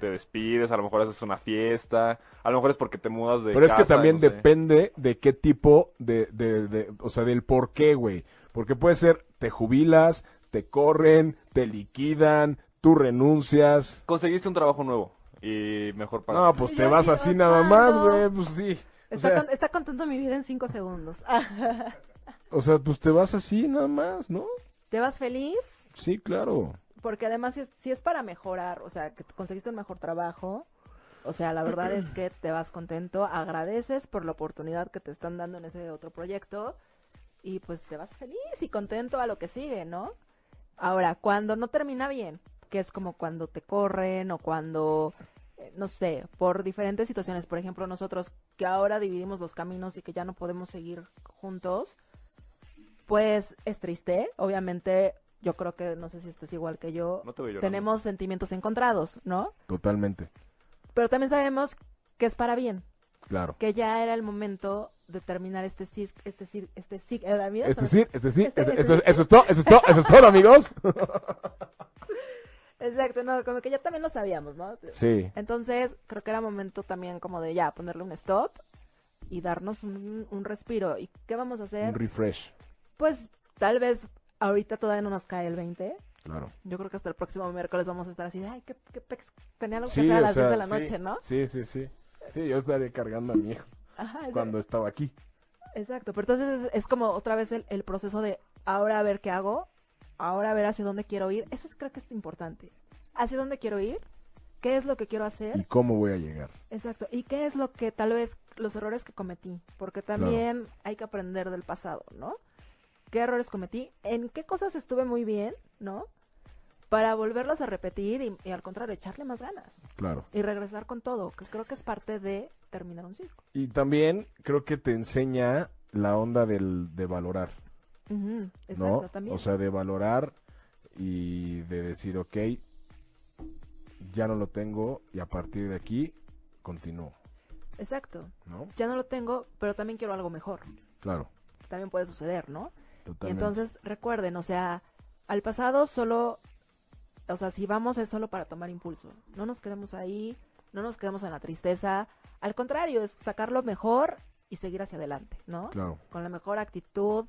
[SPEAKER 5] te despides, a lo mejor haces una fiesta, a lo mejor es porque te mudas de
[SPEAKER 2] Pero es que
[SPEAKER 5] casa,
[SPEAKER 2] también
[SPEAKER 5] no sé.
[SPEAKER 2] depende de qué tipo de, de, de- o sea, del por qué, güey. Porque puede ser, te jubilas, te corren, te liquidan, tú renuncias.
[SPEAKER 5] Conseguiste un trabajo nuevo y mejor para...
[SPEAKER 2] No, pues
[SPEAKER 4] Yo
[SPEAKER 2] te vas
[SPEAKER 4] sigo
[SPEAKER 2] así nada más,
[SPEAKER 4] usando.
[SPEAKER 2] güey, pues sí. O
[SPEAKER 4] Está,
[SPEAKER 2] sea,
[SPEAKER 4] con- está contando mi vida en cinco segundos. Ah.
[SPEAKER 2] o sea, pues te vas así nada más, ¿no?
[SPEAKER 4] Te vas feliz
[SPEAKER 2] Sí, claro.
[SPEAKER 4] porque además si es, si es para mejorar, o sea, que conseguiste un mejor trabajo, o sea, la verdad es que te vas contento, agradeces por la oportunidad que te están dando en ese otro proyecto y pues te vas feliz y contento a lo que sigue, ¿no? Ahora, cuando no termina bien, que es como cuando te corren o cuando, eh, no sé, por diferentes situaciones, por ejemplo, nosotros que ahora dividimos los caminos y que ya no podemos seguir juntos, pues es triste, obviamente, yo creo que, no sé si estás igual que yo,
[SPEAKER 5] No te veo llorando.
[SPEAKER 4] tenemos sentimientos encontrados, ¿no?
[SPEAKER 2] Totalmente,
[SPEAKER 4] Pero también sabemos que es para bien,
[SPEAKER 2] claro.
[SPEAKER 4] que ya era el momento de terminar este cir este cir este cir eh, la vida,
[SPEAKER 2] Es
[SPEAKER 4] ¿sabes?
[SPEAKER 2] decir, es decir,
[SPEAKER 4] Este-
[SPEAKER 2] es-
[SPEAKER 4] este-
[SPEAKER 2] eso, eso es todo, eso es todo, eso es todo, amigos.
[SPEAKER 4] Exacto, no, como que ya también lo sabíamos, ¿no?
[SPEAKER 2] Sí.
[SPEAKER 4] Entonces, creo que era momento también como de ya ponerle un stop y darnos un, un respiro. ¿Y qué vamos a
[SPEAKER 2] Un
[SPEAKER 4] hacer?
[SPEAKER 2] refresh,
[SPEAKER 4] Pues tal vez ahorita todavía no nos cae el 20.
[SPEAKER 2] claro.
[SPEAKER 4] Yo creo que hasta el próximo miércoles vamos a estar así de, ay, qué, qué pex, tenía algo que
[SPEAKER 2] Sí,
[SPEAKER 4] hacer a
[SPEAKER 2] o
[SPEAKER 4] las
[SPEAKER 2] sea,
[SPEAKER 4] 10 de la
[SPEAKER 2] sí,
[SPEAKER 4] noche, ¿no?
[SPEAKER 2] Sí, sí, sí. Sí, yo estaré cargando a mi hijo
[SPEAKER 4] Ajá, es de-
[SPEAKER 2] cuando estaba aquí.
[SPEAKER 4] Exacto, pero entonces es, es como otra vez el, el proceso de ahora a ver qué hago, ahora a ver hacia dónde quiero ir. Eso es- creo que es importante. ¿Hacia dónde quiero ir? ¿Qué es lo que quiero hacer?
[SPEAKER 2] ¿Y cómo voy a llegar?
[SPEAKER 4] Exacto. ¿Y qué es lo que tal vez los errores que cometí? Porque también hay que aprender del pasado, ¿no? ¿Qué errores cometí? ¿En qué cosas estuve muy bien, ¿no? Para volverlas a repetir y, y al contrario, echarle más ganas
[SPEAKER 2] Claro.
[SPEAKER 4] y regresar con todo, que creo que es parte de terminar un ciclo.
[SPEAKER 2] Y también creo que te enseña la onda del, de valorar,
[SPEAKER 4] Ujú, Exacto,
[SPEAKER 2] ¿no?
[SPEAKER 4] también.
[SPEAKER 2] O sea, de valorar y de decir, ok, ya no lo tengo y a partir de aquí continúo,
[SPEAKER 4] Exacto.
[SPEAKER 2] ¿no?
[SPEAKER 4] Ya no lo tengo, pero también quiero algo mejor.
[SPEAKER 2] Claro,
[SPEAKER 4] También puede suceder, ¿no? Y
[SPEAKER 2] totalmente.
[SPEAKER 4] entonces recuerden, o sea, al pasado solo, o sea, si vamos es solo para tomar impulso. No nos quedemos ahí, no nos quedamos en la tristeza. Al contrario, es sacar lo mejor y seguir hacia adelante, ¿no?
[SPEAKER 2] Claro,
[SPEAKER 4] Con la mejor actitud.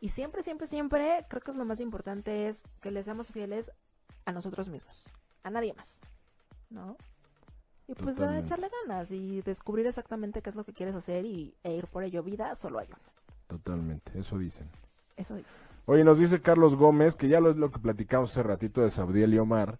[SPEAKER 4] Y siempre, siempre, siempre, creo que es lo más importante es que les seamos fieles a nosotros mismos, a nadie más, ¿no? Y pues a
[SPEAKER 2] Totalmente.
[SPEAKER 4] echarle ganas y descubrir exactamente qué es lo que quieres hacer y, e ir por ello. Vida solo hay una.
[SPEAKER 2] totalmente, eso dicen.
[SPEAKER 4] Eso dice.
[SPEAKER 2] Oye, nos dice Carlos Gómez, que ya lo es lo que platicamos hace ratito de Sabdiel y Omar.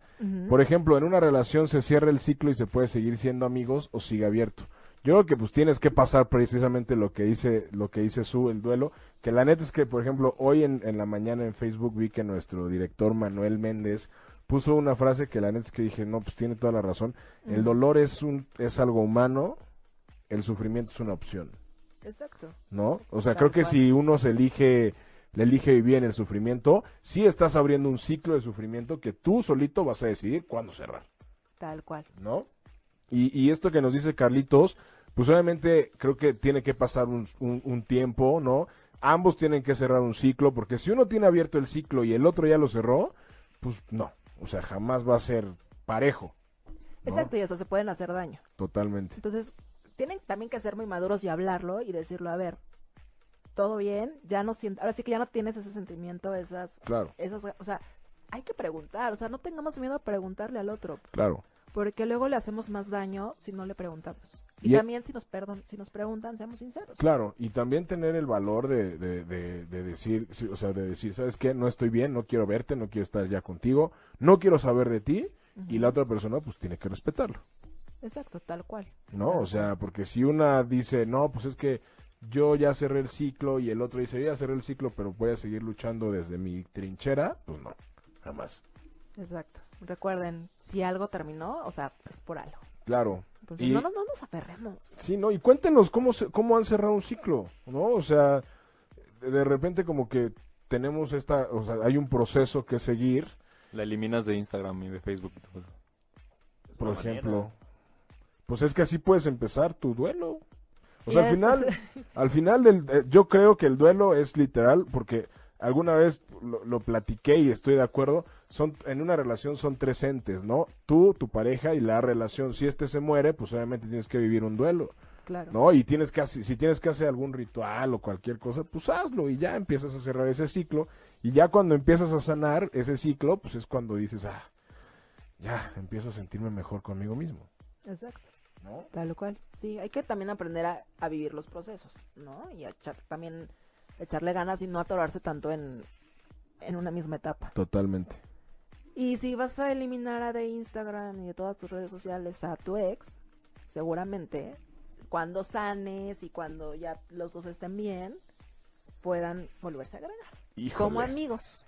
[SPEAKER 2] Por ejemplo, en una relación se cierra el ciclo y se puede seguir siendo amigos o sigue abierto. Yo creo que pues tienes que pasar precisamente lo que dice, lo que dice Su, el duelo, que la neta es que, por ejemplo, hoy en, en la mañana en Facebook vi que nuestro director Manuel Méndez puso una frase que la neta es que dije, no, pues tiene toda la razón. El dolor es un, es algo humano, el sufrimiento es una opción.
[SPEAKER 4] Exacto.
[SPEAKER 2] ¿no? O sea,
[SPEAKER 4] Tal
[SPEAKER 2] creo que
[SPEAKER 4] cual.
[SPEAKER 2] si uno se elige, le elige vivir en el sufrimiento, sí estás abriendo un ciclo de sufrimiento que tú solito vas a decidir cuándo cerrar,
[SPEAKER 4] Tal cual.
[SPEAKER 2] ¿no? Y, y esto que nos dice Carlitos, pues obviamente creo que tiene que pasar un, un- un tiempo, ¿no? Ambos tienen que cerrar un ciclo, porque si uno tiene abierto el ciclo y el otro ya lo cerró, pues no, o sea, jamás va a ser parejo. ¿no?
[SPEAKER 4] Exacto, y hasta se pueden hacer daño.
[SPEAKER 2] Totalmente.
[SPEAKER 4] Entonces, tienen también que ser muy maduros y hablarlo y decirlo, a ver, todo bien, ya no siento, ahora sí que ya no tienes ese sentimiento, esas,
[SPEAKER 2] Claro,
[SPEAKER 4] esas, o sea, hay que preguntar, o sea, no tengamos miedo a preguntarle al otro,
[SPEAKER 2] claro.
[SPEAKER 4] porque luego le hacemos más daño si no le preguntamos.
[SPEAKER 2] Y-
[SPEAKER 4] Y, también si nos perdon, si nos preguntan, seamos sinceros.
[SPEAKER 2] Claro, y también tener el valor de, de- de- de decir, sí, o sea, de decir, ¿sabes qué? No estoy bien, no quiero verte, no quiero estar ya contigo, no quiero saber de ti, y la otra persona pues tiene que respetarlo,
[SPEAKER 4] Exacto, tal cual.
[SPEAKER 2] ¿no? O sea, porque si una dice, no, pues es que yo ya cerré el ciclo y el otro dice, yo ya cerré el ciclo, pero voy a seguir luchando desde mi trinchera, pues no, jamás.
[SPEAKER 4] Exacto. Recuerden, si algo terminó, o sea, es por algo.
[SPEAKER 2] Claro.
[SPEAKER 4] Entonces,
[SPEAKER 2] Y-
[SPEAKER 4] no, nos- no nos aferremos.
[SPEAKER 2] Sí, ¿no? Y cuéntenos cómo, se- cómo han cerrado un ciclo, ¿no? O sea, de- de repente como que tenemos esta, o sea, hay un proceso que seguir,
[SPEAKER 5] La eliminas de Instagram y de Facebook. y todo eso.
[SPEAKER 2] por
[SPEAKER 7] una
[SPEAKER 2] ejemplo.
[SPEAKER 7] manera.
[SPEAKER 2] Pues es que así puedes empezar tu duelo. O
[SPEAKER 4] Y
[SPEAKER 2] sea,
[SPEAKER 4] ya
[SPEAKER 2] al
[SPEAKER 4] después-
[SPEAKER 2] final, al final del, eh, yo creo que el duelo es literal, porque alguna vez lo, lo platiqué y estoy de acuerdo, son, en una relación son tres entes, ¿no? Tú, tu pareja y la relación. Si este se muere, pues obviamente tienes que vivir un duelo.
[SPEAKER 4] claro.
[SPEAKER 2] ¿no? Y tienes que, hace- si tienes que hacer algún ritual o cualquier cosa, pues hazlo y ya empiezas a cerrar ese ciclo. Y ya cuando empiezas a sanar ese ciclo, pues es cuando dices, ah, ya empiezo a sentirme mejor conmigo mismo,
[SPEAKER 4] Exacto.
[SPEAKER 2] ¿no?
[SPEAKER 4] Tal cual. Sí, hay que también aprender a, a vivir los procesos, ¿no? Y a echar, también echarle ganas y no atorarse tanto en, en una misma etapa.
[SPEAKER 2] Totalmente.
[SPEAKER 4] Y si vas a eliminar a de Instagram y de todas tus redes sociales a tu ex, seguramente cuando sanes y cuando ya los dos estén bien, puedan volverse a agregar. Como amigos.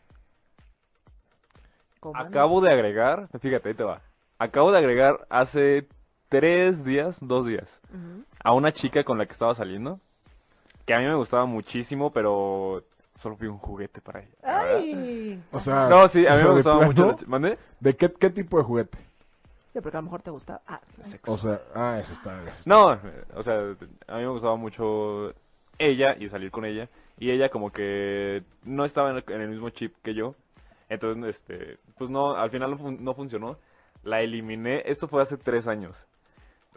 [SPEAKER 4] Como
[SPEAKER 5] Acabo de agregar, fíjate, ahí te va. Acabo de agregar hace tres días, dos días,
[SPEAKER 4] amigos. Ujú.
[SPEAKER 5] a una chica con la que estaba saliendo, que a mí me gustaba muchísimo, pero solo fui un juguete para ella. la verdad.
[SPEAKER 4] ¡Ay!
[SPEAKER 2] O sea,
[SPEAKER 5] No, sí,
[SPEAKER 2] o sea,
[SPEAKER 5] a mí me
[SPEAKER 2] Ah, de
[SPEAKER 5] gustaba
[SPEAKER 2] plano,
[SPEAKER 5] mucho. la chi- ¿Mandé?
[SPEAKER 2] ¿De qué, qué tipo de juguete?
[SPEAKER 4] Sí, porque a lo mejor te gustaba. Ah,
[SPEAKER 2] O sea, ah, eso está. eso está.
[SPEAKER 5] No, eh, o sea, a mí me gustaba mucho ella y salir con ella. Y ella como que no estaba en el, en el mismo chip que yo. Entonces, este, pues no, al final no, fun- no funcionó. La eliminé, esto fue hace tres años.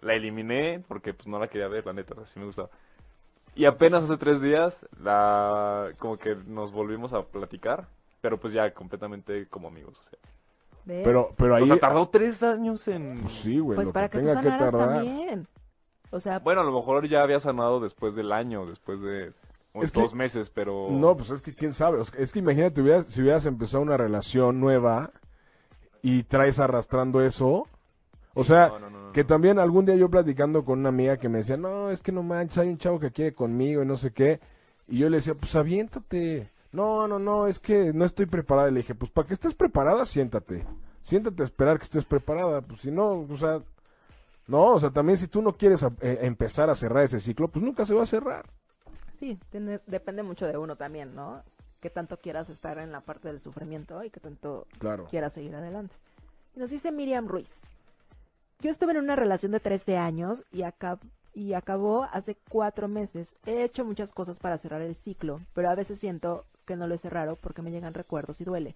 [SPEAKER 5] La eliminé porque pues no la quería ver, la neta, o sea, sí me gustaba. Y apenas hace tres días, la, como que nos volvimos a platicar, pero pues ya completamente como amigos. O sea,
[SPEAKER 4] ¿ves?
[SPEAKER 2] Pero, pero ahí.
[SPEAKER 5] O sea, tardó tres años en...
[SPEAKER 2] Pues sí, güey.
[SPEAKER 4] Pues
[SPEAKER 2] lo
[SPEAKER 4] para que,
[SPEAKER 2] que
[SPEAKER 4] tú
[SPEAKER 2] tenga que
[SPEAKER 4] sanaras
[SPEAKER 2] tardar.
[SPEAKER 4] también. O sea,
[SPEAKER 5] Bueno, a lo mejor ya había sanado después del año, después de unos
[SPEAKER 2] Es que-
[SPEAKER 5] dos meses, pero...
[SPEAKER 2] No, pues es que quién sabe. o sea, Es que imagínate, hubieras- si hubieras empezado una relación nueva y traes arrastrando eso. O
[SPEAKER 5] Sí,
[SPEAKER 2] sea,
[SPEAKER 5] no, no, no, no,
[SPEAKER 2] que
[SPEAKER 5] no.
[SPEAKER 2] también algún día yo platicando con una amiga que me decía, no, es que no manches, hay un chavo que quiere conmigo y no sé qué. Y yo le decía, pues aviéntate. No, no, no, es que no estoy preparada. Y le dije, pues para que estés preparada, siéntate. Siéntate a esperar que estés preparada. Pues si no, o sea, no, o sea, también si tú no quieres a- eh, empezar a cerrar ese ciclo, pues nunca se va a cerrar.
[SPEAKER 4] sí, tiene- depende mucho de uno también, ¿no? Qué tanto quieras estar en la parte del sufrimiento y qué tanto
[SPEAKER 2] Claro.
[SPEAKER 4] quieras seguir adelante. Y nos dice Miriam Ruiz. Yo estuve en una relación de 13 años y, acab- y acabó hace cuatro meses. He hecho muchas cosas para cerrar el ciclo, pero a veces siento que no lo he cerrado porque me llegan recuerdos y duele.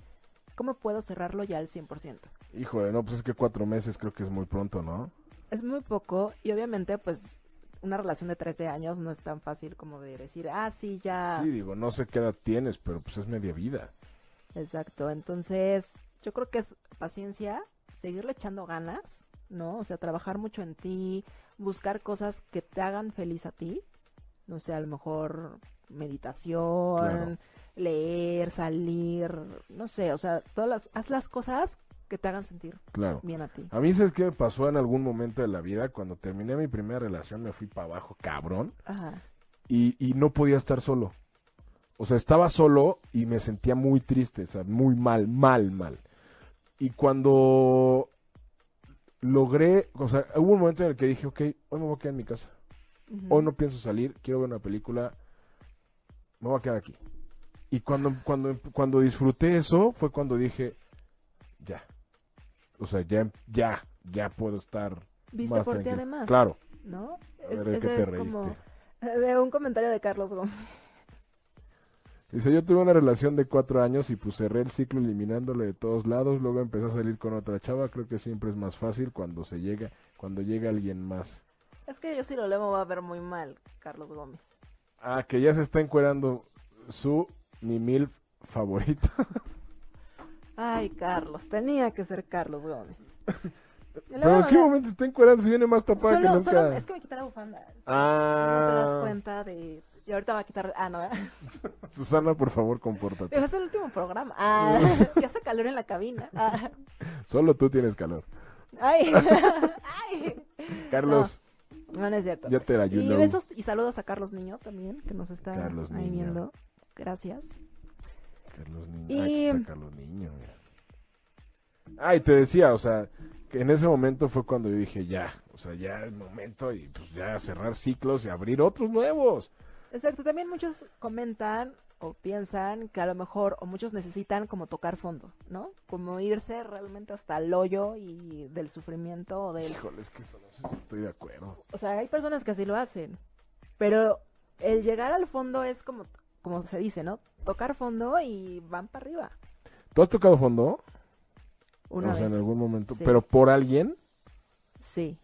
[SPEAKER 4] ¿Cómo puedo cerrarlo ya al 100%?
[SPEAKER 2] Híjole, no, pues es que cuatro meses creo que es muy pronto, ¿no?
[SPEAKER 4] Es muy poco y obviamente pues una relación de 13 años no es tan fácil como de decir, ah, sí, ya.
[SPEAKER 2] Sí, digo, no sé qué edad tienes, pero pues es media vida.
[SPEAKER 4] Exacto, entonces yo creo que es paciencia, seguirle echando ganas, ¿no? O sea, trabajar mucho en ti, buscar cosas que te hagan feliz a ti, no sé, a lo mejor meditación,
[SPEAKER 2] Claro.
[SPEAKER 4] leer, salir, no sé, o sea, todas las, haz las cosas que te hagan sentir
[SPEAKER 2] Claro.
[SPEAKER 4] bien a ti.
[SPEAKER 2] A mí, ¿sabes qué me pasó en algún momento de la vida? Cuando terminé mi primera relación, me fui para abajo, cabrón.
[SPEAKER 4] Ajá.
[SPEAKER 2] y, y no podía estar solo. O sea, estaba solo y me sentía muy triste, o sea, muy mal, mal, mal. Y cuando logré, o sea, hubo un momento en el que dije, ok, hoy me voy a quedar en mi casa.
[SPEAKER 4] Ujú.
[SPEAKER 2] Hoy no pienso salir, quiero ver una película, me voy a quedar aquí. Y cuando, cuando, cuando disfruté eso, fue cuando dije, ya. O sea, ya, ya, ya puedo estar
[SPEAKER 4] Viste
[SPEAKER 2] más
[SPEAKER 4] por ti
[SPEAKER 2] tranquilo.
[SPEAKER 4] además,
[SPEAKER 2] Claro.
[SPEAKER 4] ¿no?
[SPEAKER 2] A
[SPEAKER 4] Es-
[SPEAKER 2] ver, ¿de qué
[SPEAKER 4] ese
[SPEAKER 2] te
[SPEAKER 4] es como
[SPEAKER 2] reíste?
[SPEAKER 4] de un comentario de Carlos Gómez.
[SPEAKER 2] Dice, yo tuve una relación de cuatro años y pues cerré el ciclo eliminándole de todos lados, luego empecé a salir con otra chava, creo que siempre es más fácil cuando se llega, cuando llega alguien más.
[SPEAKER 4] Es que yo si lo leo me va a ver muy mal, Carlos Gómez.
[SPEAKER 2] Ah, que ya se está encuerando su mi mil favorita.
[SPEAKER 4] Ay, Carlos, tenía que ser Carlos Gómez. Le voy
[SPEAKER 2] Pero en
[SPEAKER 4] a
[SPEAKER 2] qué
[SPEAKER 4] mandar-
[SPEAKER 2] momento se está encuerando si viene más tapada
[SPEAKER 4] Solo,
[SPEAKER 2] que nunca.
[SPEAKER 4] solo- es que me quité la bufanda. No te das
[SPEAKER 2] Ah,
[SPEAKER 4] cuenta de... Y ahorita va a quitar... Ah, no. ¿verdad?
[SPEAKER 2] Susana, por favor, compórtate.
[SPEAKER 4] Digo, es el último programa. Ah, ya hace calor en la cabina. Ah,
[SPEAKER 2] Solo tú tienes calor.
[SPEAKER 4] ay. ay.
[SPEAKER 2] Carlos,
[SPEAKER 4] No, no es cierto.
[SPEAKER 2] ya te la you
[SPEAKER 4] Y
[SPEAKER 2] know.
[SPEAKER 4] besos y saludos a Carlos Niño también, que nos está
[SPEAKER 2] Carlos
[SPEAKER 4] ahí
[SPEAKER 2] Niño.
[SPEAKER 4] viendo. Gracias.
[SPEAKER 2] Carlos Niño.
[SPEAKER 4] Y-
[SPEAKER 2] Ah, aquí está Carlos Niño. mira. Ah, y te decía, o sea, que en ese momento fue cuando yo dije, ya, o sea, ya es momento y pues ya cerrar ciclos y abrir otros nuevos.
[SPEAKER 4] Exacto, también muchos comentan o piensan que a lo mejor, o muchos necesitan como tocar fondo, ¿no? Como irse realmente hasta el hoyo y del sufrimiento o del...
[SPEAKER 2] Híjole, es que eso no sé si estoy de acuerdo.
[SPEAKER 4] O sea, hay personas que así lo hacen, pero el llegar al fondo es como, como se dice, ¿no? Tocar fondo y van para arriba.
[SPEAKER 2] ¿Tú has tocado fondo?
[SPEAKER 4] Una
[SPEAKER 2] o sea,
[SPEAKER 4] vez.
[SPEAKER 2] en algún momento,
[SPEAKER 4] sí.
[SPEAKER 2] pero por alguien.
[SPEAKER 4] Sí.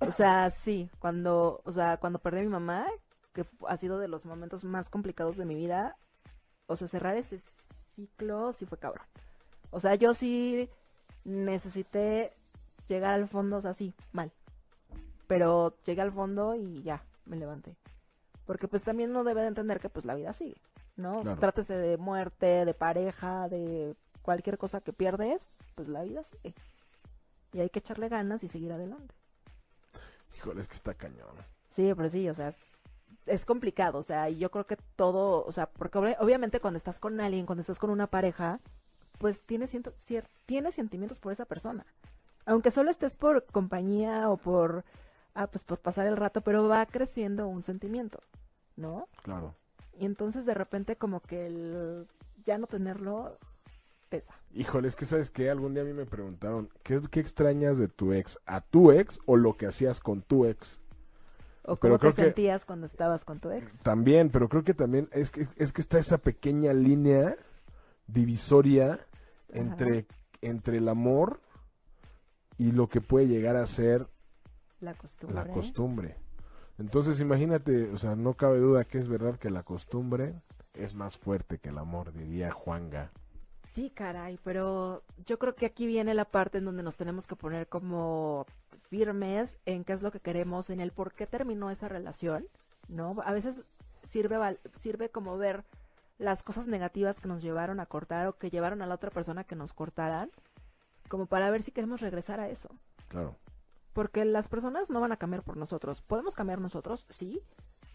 [SPEAKER 4] O sea, sí, cuando, o sea, cuando perdí a mi mamá, que fu- ha sido de los momentos más complicados de mi vida, o sea, cerrar ese ciclo sí fue cabrón. O sea, yo sí necesité llegar al fondo, o sea, sí, mal. Pero llegué al fondo y ya, me levanté. Porque pues también uno debe de entender que pues la vida sigue, ¿no? O sea,
[SPEAKER 2] Claro.
[SPEAKER 4] Trátese de muerte, de pareja, de cualquier cosa que pierdes, pues la vida sigue. Y hay que echarle ganas y seguir adelante.
[SPEAKER 2] Híjole, es que está cañón.
[SPEAKER 4] Sí, pero sí, o sea, es, es complicado, o sea, y yo creo que todo, o sea, porque obvi- obviamente cuando estás con alguien, cuando estás con una pareja, pues tienes, ciento- cier- tienes sentimientos por esa persona. Aunque solo estés por compañía o por, ah, pues por pasar el rato, pero va creciendo un sentimiento, ¿no?
[SPEAKER 2] Claro.
[SPEAKER 4] Y entonces de repente como que el ya no tenerlo pesa.
[SPEAKER 2] Híjole, es que sabes que algún día a mí me preguntaron, ¿qué, ¿qué extrañas de tu ex? ¿A tu ex o lo que hacías con tu ex?
[SPEAKER 4] O
[SPEAKER 2] Pero
[SPEAKER 4] cómo te
[SPEAKER 2] creo que-
[SPEAKER 4] sentías cuando estabas con tu ex.
[SPEAKER 2] También, pero creo que también es que, es que está esa pequeña línea divisoria entre, entre el amor y lo que puede llegar a ser
[SPEAKER 4] La costumbre.
[SPEAKER 2] la costumbre. Entonces, imagínate, o sea, no cabe duda que es verdad que la costumbre es más fuerte que el amor, diría Juanga.
[SPEAKER 4] Sí, caray, pero yo creo que aquí viene la parte en donde nos tenemos que poner como firmes en qué es lo que queremos, en el por qué terminó esa relación, ¿no? A veces sirve, val- sirve como ver las cosas negativas que nos llevaron a cortar o que llevaron a la otra persona que nos cortaran, como para ver si queremos regresar a eso.
[SPEAKER 2] Claro.
[SPEAKER 4] Porque las personas no van a cambiar por nosotros. Podemos cambiar nosotros, sí,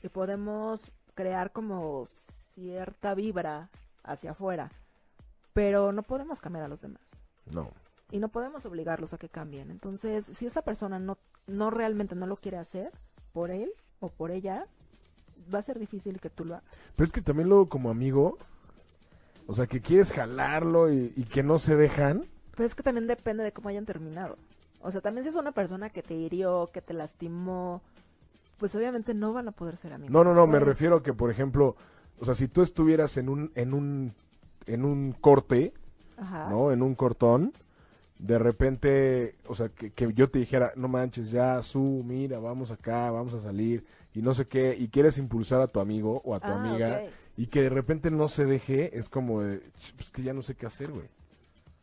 [SPEAKER 4] y podemos crear como cierta vibra hacia afuera, pero no podemos cambiar a los demás
[SPEAKER 2] No.
[SPEAKER 4] y no podemos obligarlos a que cambien. Entonces, si esa persona no, no realmente no lo quiere hacer por él o por ella, va a ser difícil que tú lo hagas.
[SPEAKER 2] Pero es que también luego como amigo, o sea, que quieres jalarlo y, y que no se dejan.
[SPEAKER 4] Pero es que también depende de cómo hayan terminado. O sea, también si es una persona que te hirió, que te lastimó, pues obviamente no van a poder ser amigos.
[SPEAKER 2] No, no, no, me
[SPEAKER 4] Pues,
[SPEAKER 2] refiero a que, por ejemplo, o sea, si tú estuvieras en un, en un, en un corte,
[SPEAKER 4] Ajá.
[SPEAKER 2] ¿no? En un cortón, de repente, o sea, que, que yo te dijera, no manches, ya, su, mira, vamos acá, vamos a salir, y no sé qué, y quieres impulsar a tu amigo o a tu
[SPEAKER 4] Ah,
[SPEAKER 2] amiga,
[SPEAKER 4] ok.
[SPEAKER 2] y que de repente no se deje, es como, de, "Ch, pues que ya no sé qué hacer, güey.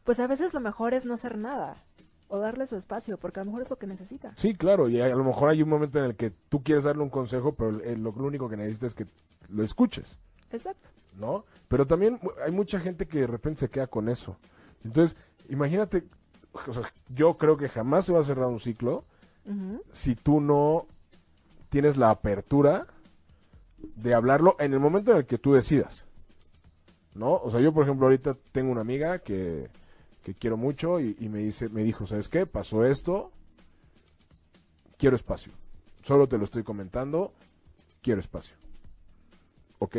[SPEAKER 4] Pues a veces lo mejor es no hacer nada o darle su espacio, porque a lo mejor es lo que necesita.
[SPEAKER 2] Sí, claro, y a lo mejor hay un momento en el que tú quieres darle un consejo, pero eh, lo, lo único que necesitas es que lo escuches.
[SPEAKER 4] Exacto.
[SPEAKER 2] ¿no? Pero también mu- hay mucha gente que de repente se queda con eso. Entonces, imagínate, o sea, yo creo que jamás se va a cerrar un ciclo
[SPEAKER 4] Ujú.
[SPEAKER 2] si tú no tienes la apertura de hablarlo en el momento en el que tú decidas. ¿No? O sea, yo por ejemplo ahorita tengo una amiga que, que quiero mucho y, y me dice, me dijo, ¿sabes qué? Pasó esto, quiero espacio. Solo te lo estoy comentando, quiero espacio. ¿Ok?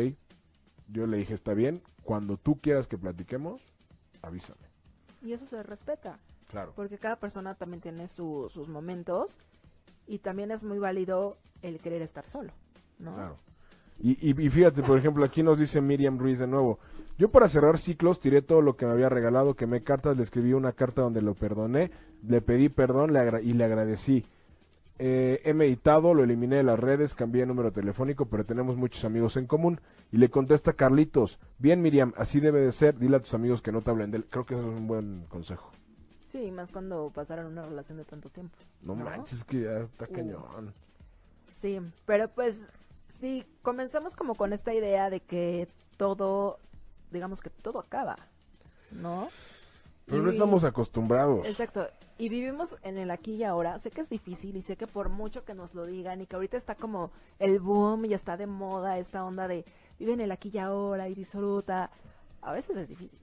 [SPEAKER 2] Yo le dije, está bien, cuando tú quieras que platiquemos, avísame.
[SPEAKER 4] Y eso se respeta.
[SPEAKER 2] Claro.
[SPEAKER 4] porque cada persona también tiene su- sus momentos y también es muy válido el querer estar solo, ¿no?
[SPEAKER 2] Claro. Y, y- y fíjate, por ejemplo, aquí nos dice Miriam Ruiz de nuevo. Yo para cerrar ciclos tiré todo lo que me había regalado, quemé cartas, le escribí una carta donde lo perdoné, le pedí perdón le agra- y le agradecí. Eh, he meditado, lo eliminé de las redes, cambié el número telefónico, pero tenemos muchos amigos en común. Y le contesta Carlitos, bien Miriam, así debe de ser, dile a tus amigos que no te hablen de él. Creo que eso es un buen consejo.
[SPEAKER 4] Sí, más cuando pasaron una relación de tanto tiempo.
[SPEAKER 2] No,
[SPEAKER 4] ¿No?
[SPEAKER 2] manches, que ya está cañón.
[SPEAKER 4] Sí, pero pues sí, comenzamos como con esta idea de que todo, digamos que todo acaba, ¿no?
[SPEAKER 2] Pero no
[SPEAKER 4] Y-
[SPEAKER 2] estamos acostumbrados.
[SPEAKER 4] Exacto. Y vivimos en el aquí y ahora. Sé que es difícil y sé que por mucho que nos lo digan y que ahorita está como el boom y está de moda esta onda de vive en el aquí y ahora y disfruta. A veces es difícil.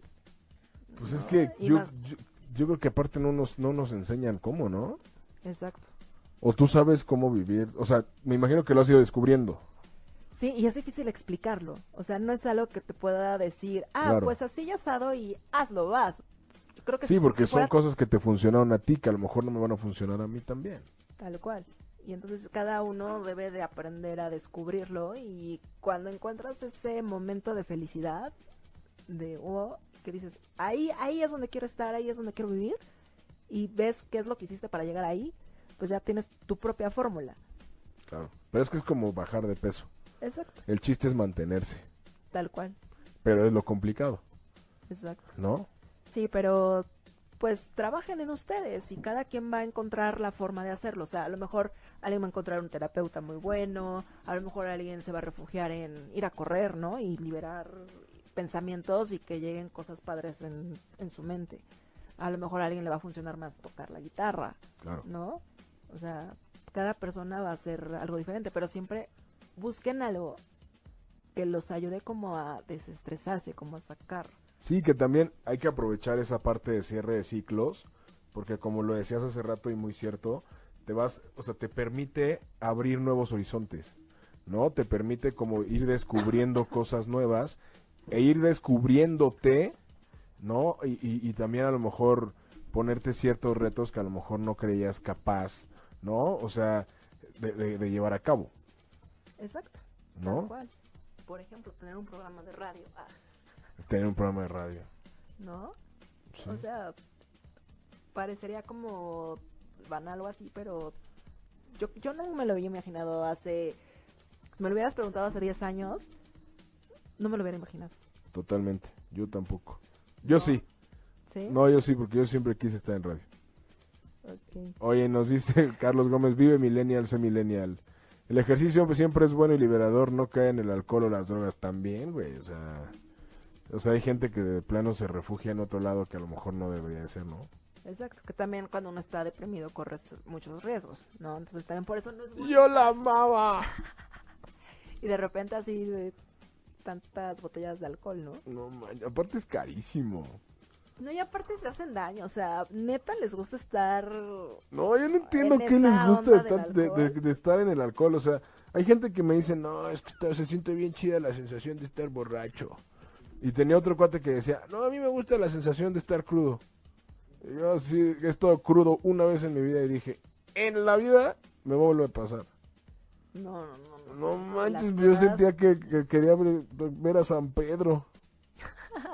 [SPEAKER 2] Pues es
[SPEAKER 4] ¿no?
[SPEAKER 2] que
[SPEAKER 4] Y
[SPEAKER 2] yo,
[SPEAKER 4] más-
[SPEAKER 2] yo, yo creo que aparte no nos, no nos enseñan cómo, ¿no?
[SPEAKER 4] Exacto.
[SPEAKER 2] O tú sabes cómo vivir, o sea, me imagino que lo has ido descubriendo.
[SPEAKER 4] Sí, y es difícil explicarlo. O sea, no es algo que te pueda decir, ah,
[SPEAKER 2] Claro.
[SPEAKER 4] pues así ya asado y hazlo, vas. Creo que
[SPEAKER 2] Sí,
[SPEAKER 4] si-
[SPEAKER 2] porque
[SPEAKER 4] si fuera
[SPEAKER 2] son cosas que te funcionaron a ti, que a lo mejor no me van a funcionar a mí también.
[SPEAKER 4] Tal cual. Y entonces cada uno debe de aprender a descubrirlo y cuando encuentras ese momento de felicidad, de wow, que dices, ahí, ahí es donde quiero estar, ahí es donde quiero vivir, y ves qué es lo que hiciste para llegar ahí, pues ya tienes tu propia fórmula.
[SPEAKER 2] Claro. Pero es que es como bajar de peso.
[SPEAKER 4] Exacto.
[SPEAKER 2] El chiste es mantenerse,
[SPEAKER 4] Tal cual,
[SPEAKER 2] pero es lo complicado,
[SPEAKER 4] exacto.
[SPEAKER 2] ¿no?
[SPEAKER 4] Sí, pero pues trabajen en ustedes y cada quien va a encontrar la forma de hacerlo. O sea, a lo mejor alguien va a encontrar un terapeuta muy bueno, a lo mejor alguien se va a refugiar en ir a correr, ¿no? Y liberar pensamientos y que lleguen cosas padres en, en su mente. A lo mejor a alguien le va a funcionar más tocar la guitarra,
[SPEAKER 2] Claro.
[SPEAKER 4] ¿no? O sea, cada persona va a hacer algo diferente, pero siempre busquen algo que los ayude como a desestresarse, como a sacar.
[SPEAKER 2] Sí, que también hay que aprovechar esa parte de cierre de ciclos, porque como lo decías hace rato y muy cierto, te vas, o sea, te permite abrir nuevos horizontes, ¿no? Te permite como ir descubriendo cosas nuevas e ir descubriéndote, ¿no? Y, y- y también a lo mejor ponerte ciertos retos que a lo mejor no creías capaz, ¿no? O sea, de, de- de llevar a cabo,
[SPEAKER 4] Exacto. Tal
[SPEAKER 2] ¿no?
[SPEAKER 4] cual. Por ejemplo, tener un programa de radio, ah,
[SPEAKER 2] Tener un programa de radio.
[SPEAKER 4] ¿no?
[SPEAKER 2] sí.
[SPEAKER 4] O sea, parecería como banal o así, pero yo, yo no me lo había imaginado hace... Si me lo hubieras preguntado hace 10 años, no me lo hubiera imaginado.
[SPEAKER 2] Totalmente, yo tampoco. Yo
[SPEAKER 4] No.
[SPEAKER 2] sí,
[SPEAKER 4] ¿Sí?
[SPEAKER 2] no, yo sí, porque yo siempre quise estar en radio.
[SPEAKER 4] Ok.
[SPEAKER 2] Oye, nos dice Carlos Gómez, vive millennial, sé millennial. El ejercicio pues, siempre es bueno y liberador, no cae en el alcohol o las drogas también, güey. O sea, o sea, hay gente que de plano se refugia en otro lado que a lo mejor no debería de ser, ¿no?
[SPEAKER 4] Exacto, que también cuando uno está deprimido corres muchos riesgos, ¿no? Entonces también por eso no es bueno.
[SPEAKER 2] Yo la amaba.
[SPEAKER 4] Y de repente así de tantas botellas de alcohol, ¿no?
[SPEAKER 2] No, man, aparte es carísimo.
[SPEAKER 4] No, y aparte se hacen daño, o sea, neta les gusta estar
[SPEAKER 2] No, yo no entiendo
[SPEAKER 4] En
[SPEAKER 2] qué
[SPEAKER 4] esa
[SPEAKER 2] les gusta
[SPEAKER 4] onda
[SPEAKER 2] de, tan-
[SPEAKER 4] del
[SPEAKER 2] de-
[SPEAKER 4] alcohol.
[SPEAKER 2] de- de estar en el alcohol. O sea, hay gente que me dice, no, es que está- se siente bien chida la sensación de estar borracho. Y tenía otro cuate que decía, no, a mí me gusta la sensación de estar crudo. Y yo sí, he estado crudo una vez en mi vida y dije, en la vida me vuelve a pasar.
[SPEAKER 4] No, no, no.
[SPEAKER 2] No
[SPEAKER 4] No, sí, sí, las
[SPEAKER 2] manches, yo
[SPEAKER 4] crudas-
[SPEAKER 2] sentía que, que quería ver, ver a San Pedro.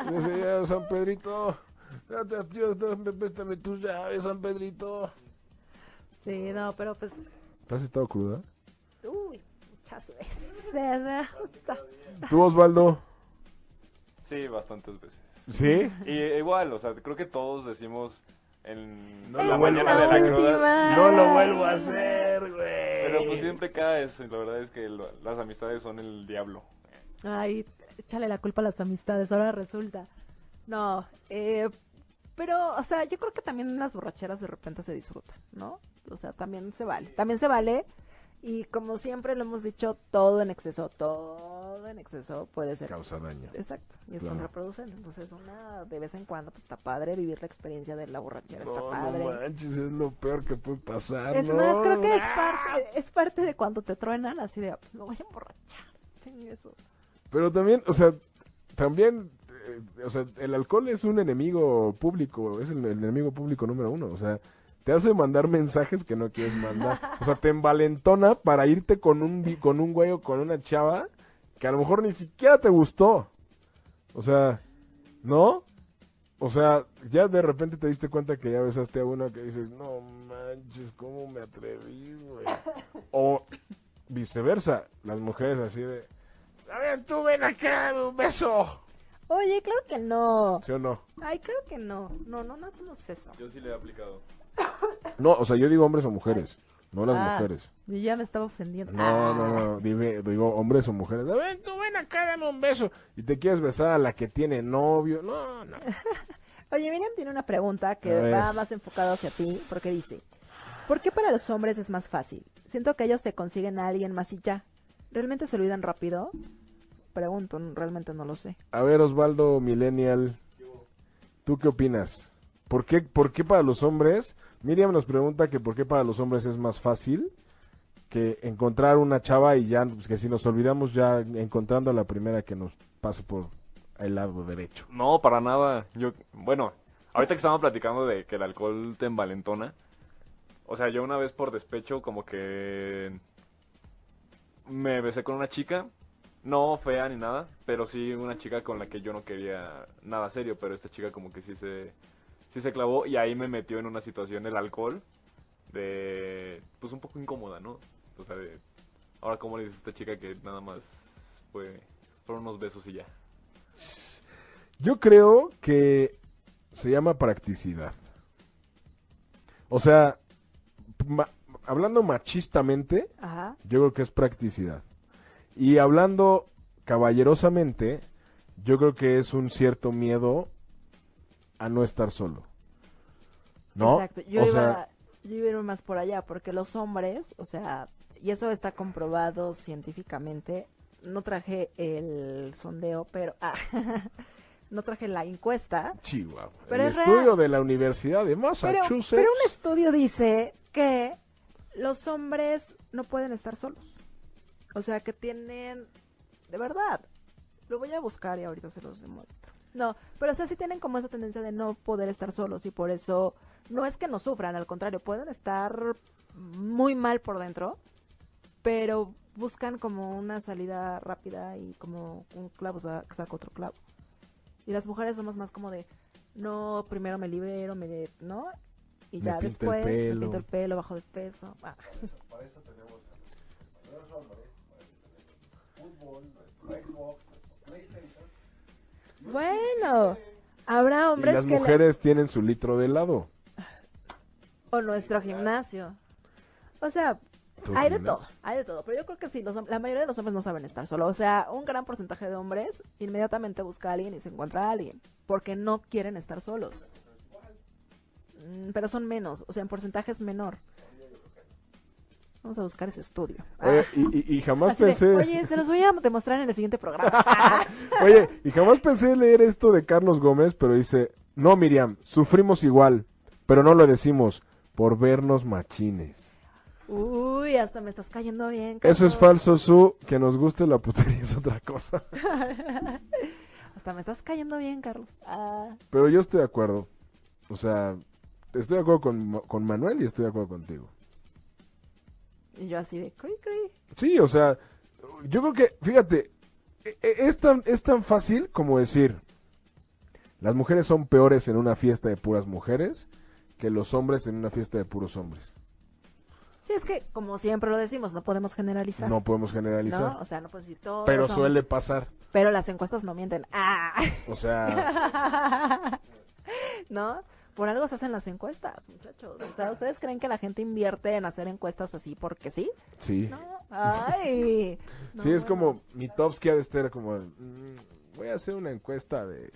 [SPEAKER 2] Yo decía, San Pedrito, ya te- yo te- préstame tus llaves, San Pedrito.
[SPEAKER 4] Sí, no, pero pues...
[SPEAKER 2] ¿Te has estado cruda?
[SPEAKER 4] Uy, muchas veces.
[SPEAKER 2] ¿Tú, Osvaldo?
[SPEAKER 5] Sí, bastantes veces.
[SPEAKER 2] ¿Sí?
[SPEAKER 5] Y eh, igual, o sea, creo que todos decimos en
[SPEAKER 2] No lo
[SPEAKER 5] la
[SPEAKER 2] vuelvo
[SPEAKER 5] mañana
[SPEAKER 2] a
[SPEAKER 5] de la
[SPEAKER 2] hacer.
[SPEAKER 5] cruda.
[SPEAKER 2] No lo vuelvo a hacer, güey. pues,
[SPEAKER 5] Pero pues siempre cae eso. y La verdad es que lo- las amistades son el diablo.
[SPEAKER 4] Ay, échale la culpa a las amistades, ahora resulta. No, eh, pero, o sea, yo creo que también las borracheras de repente se disfrutan, ¿no? O sea, también se vale, también se vale. Y como siempre lo hemos dicho, todo en exceso, todo en exceso puede ser.
[SPEAKER 2] Causa daño.
[SPEAKER 4] Exacto, y es
[SPEAKER 2] Claro.
[SPEAKER 4] contraproducente. Entonces, una de vez en cuando, pues está padre vivir la experiencia de la borrachera, está
[SPEAKER 2] No,
[SPEAKER 4] padre.
[SPEAKER 2] no manches, Ah. es lo peor que puede pasar.
[SPEAKER 4] Es
[SPEAKER 2] no.
[SPEAKER 4] más, creo que es parte, es parte de cuando te truenan así de, "Ah, pues, me voy a emborrachar. chingue eso.
[SPEAKER 2] Pero también, o sea, también, eh, o sea, el alcohol es un enemigo público, es el, el enemigo público número uno, o sea, te hace mandar mensajes que no quieres mandar, o sea, te envalentona para irte con un, vi- con un güey o con una chava que a lo mejor ni siquiera te gustó, o sea, ¿no? O sea, ya de repente te diste cuenta que ya besaste a una que dices, no manches, ¿cómo me atreví, güey? O viceversa, las mujeres así de, a ver, tú ven acá, dame un beso.
[SPEAKER 4] Oye, claro que no.
[SPEAKER 2] ¿Sí o no?
[SPEAKER 4] Ay, creo que no. No, no, no hacemos eso.
[SPEAKER 5] Yo sí le he aplicado.
[SPEAKER 2] No, o sea, yo digo hombres o mujeres, no las
[SPEAKER 4] Ah.
[SPEAKER 2] mujeres.
[SPEAKER 4] Yo ya me estaba ofendiendo.
[SPEAKER 2] No, no, no, dime- digo hombres o mujeres. A ver, tú ven acá, dame un beso. Y te quieres besar a la que tiene novio. No, no.
[SPEAKER 4] Oye, Miriam tiene una pregunta que
[SPEAKER 2] A ver.
[SPEAKER 4] va más enfocada hacia ti, porque dice, ¿por qué para los hombres es más fácil? Siento que ellos se consiguen a alguien más y ya. ¿Realmente se olvidan rápido? Pregunto, n- realmente no lo sé.
[SPEAKER 2] A ver, Osvaldo Millennial, ¿tú qué opinas? ¿Por qué, ¿Por qué para los hombres? Miriam nos pregunta que por qué para los hombres es más fácil que encontrar una chava y ya, pues, que si nos olvidamos ya encontrando a la primera que nos pase por el lado derecho.
[SPEAKER 5] No, para nada. Yo, bueno, ahorita que estábamos platicando de que el alcohol te envalentona. O sea, yo una vez por despecho como que me besé con una chica, no fea ni nada, pero sí una chica con la que yo no quería nada serio, pero esta chica como que sí se sí se clavó y ahí me metió en una situación el alcohol de pues un poco incómoda, ¿no? O sea, de, ahora cómo le dices a esta chica que nada más fue fueron unos besos y ya.
[SPEAKER 2] Yo creo que se llama practicidad. O sea, ma- hablando machistamente,
[SPEAKER 4] Ajá.
[SPEAKER 2] yo creo que es practicidad. Y hablando caballerosamente, yo creo que es un cierto miedo a no estar solo. ¿No?
[SPEAKER 4] Exacto. Yo,
[SPEAKER 2] o
[SPEAKER 4] iba,
[SPEAKER 2] sea,
[SPEAKER 4] yo iba a ir más por allá, porque los hombres, o sea, y eso está comprobado científicamente, no traje el sondeo, pero... ah, no traje la encuesta,
[SPEAKER 2] Chihuahua.
[SPEAKER 4] Pero
[SPEAKER 2] el
[SPEAKER 4] es
[SPEAKER 2] estudio
[SPEAKER 4] real.
[SPEAKER 2] de la Universidad de
[SPEAKER 4] Pero,
[SPEAKER 2] Massachusetts.
[SPEAKER 4] pero un estudio dice que los hombres no pueden estar solos. O sea, que tienen... De verdad. Lo voy a buscar y ahorita se los demuestro. No, pero o sea, sí tienen como esa tendencia de no poder estar solos y por eso no es que no sufran, al contrario, pueden estar muy mal por dentro, pero buscan como una salida rápida y como un clavo sa- saca otro clavo. Y las mujeres somos más como de, no, primero me libero, me, ¿no? Y
[SPEAKER 2] Me
[SPEAKER 4] ya
[SPEAKER 2] pinto el
[SPEAKER 4] después me
[SPEAKER 2] pelo.
[SPEAKER 4] pinto el pelo, bajo de peso. Ah. Bueno, habrá
[SPEAKER 2] y
[SPEAKER 4] hombres
[SPEAKER 2] las
[SPEAKER 4] que le-
[SPEAKER 2] mujeres tienen su litro de helado.
[SPEAKER 4] o nuestro gimnasio. O sea,
[SPEAKER 2] ¿Tu
[SPEAKER 4] hay de
[SPEAKER 2] gimnasio?
[SPEAKER 4] todo, hay de todo. Pero yo creo que sí, los, hom- la mayoría de los hombres no saben estar solos. O sea, un gran porcentaje de hombres inmediatamente busca a alguien y se encuentra a alguien. Porque no quieren estar solos. Mm, Pero son menos, o sea, en porcentaje es menor. Vamos a buscar ese estudio.
[SPEAKER 2] Oye,
[SPEAKER 4] Ah,
[SPEAKER 2] y, y- y jamás
[SPEAKER 4] así de,
[SPEAKER 2] pensé.
[SPEAKER 4] Oye, se los voy a demostrar en el siguiente programa.
[SPEAKER 2] Oye, y jamás pensé leer esto de Carlos Gómez, pero dice, no Miriam, sufrimos igual, pero no lo decimos por vernos machines.
[SPEAKER 4] Uy, hasta me estás cayendo bien.
[SPEAKER 2] Eso es
[SPEAKER 4] Carlos.
[SPEAKER 2] falso, Su, que nos guste la putería es otra cosa.
[SPEAKER 4] Hasta me estás cayendo bien, Carlos. Ah.
[SPEAKER 2] Pero yo estoy de acuerdo, o sea, estoy de acuerdo con, Ma- con Manuel y estoy de acuerdo contigo.
[SPEAKER 4] Y yo así de cri cri.
[SPEAKER 2] Sí, o sea, yo creo que, fíjate, e- e- es tan, es tan fácil como decir, las mujeres son peores en una fiesta de puras mujeres que los hombres en una fiesta de puros hombres.
[SPEAKER 4] Sí, es que como siempre lo decimos, no podemos generalizar.
[SPEAKER 2] No podemos generalizar.
[SPEAKER 4] ¿no? O sea, no puedes decir todo.
[SPEAKER 2] pero suele pasar.
[SPEAKER 4] Pero las encuestas no mienten. Ah.
[SPEAKER 2] O sea,
[SPEAKER 4] ¿No? Por algo se hacen las encuestas, muchachos. O sea, ¿ustedes creen que la gente invierte en hacer encuestas así porque sí?
[SPEAKER 2] sí.
[SPEAKER 4] No, Ay. no,
[SPEAKER 2] sí, es
[SPEAKER 4] bueno.
[SPEAKER 2] como mi Topsky ha de estar como. mm, voy a hacer una encuesta de.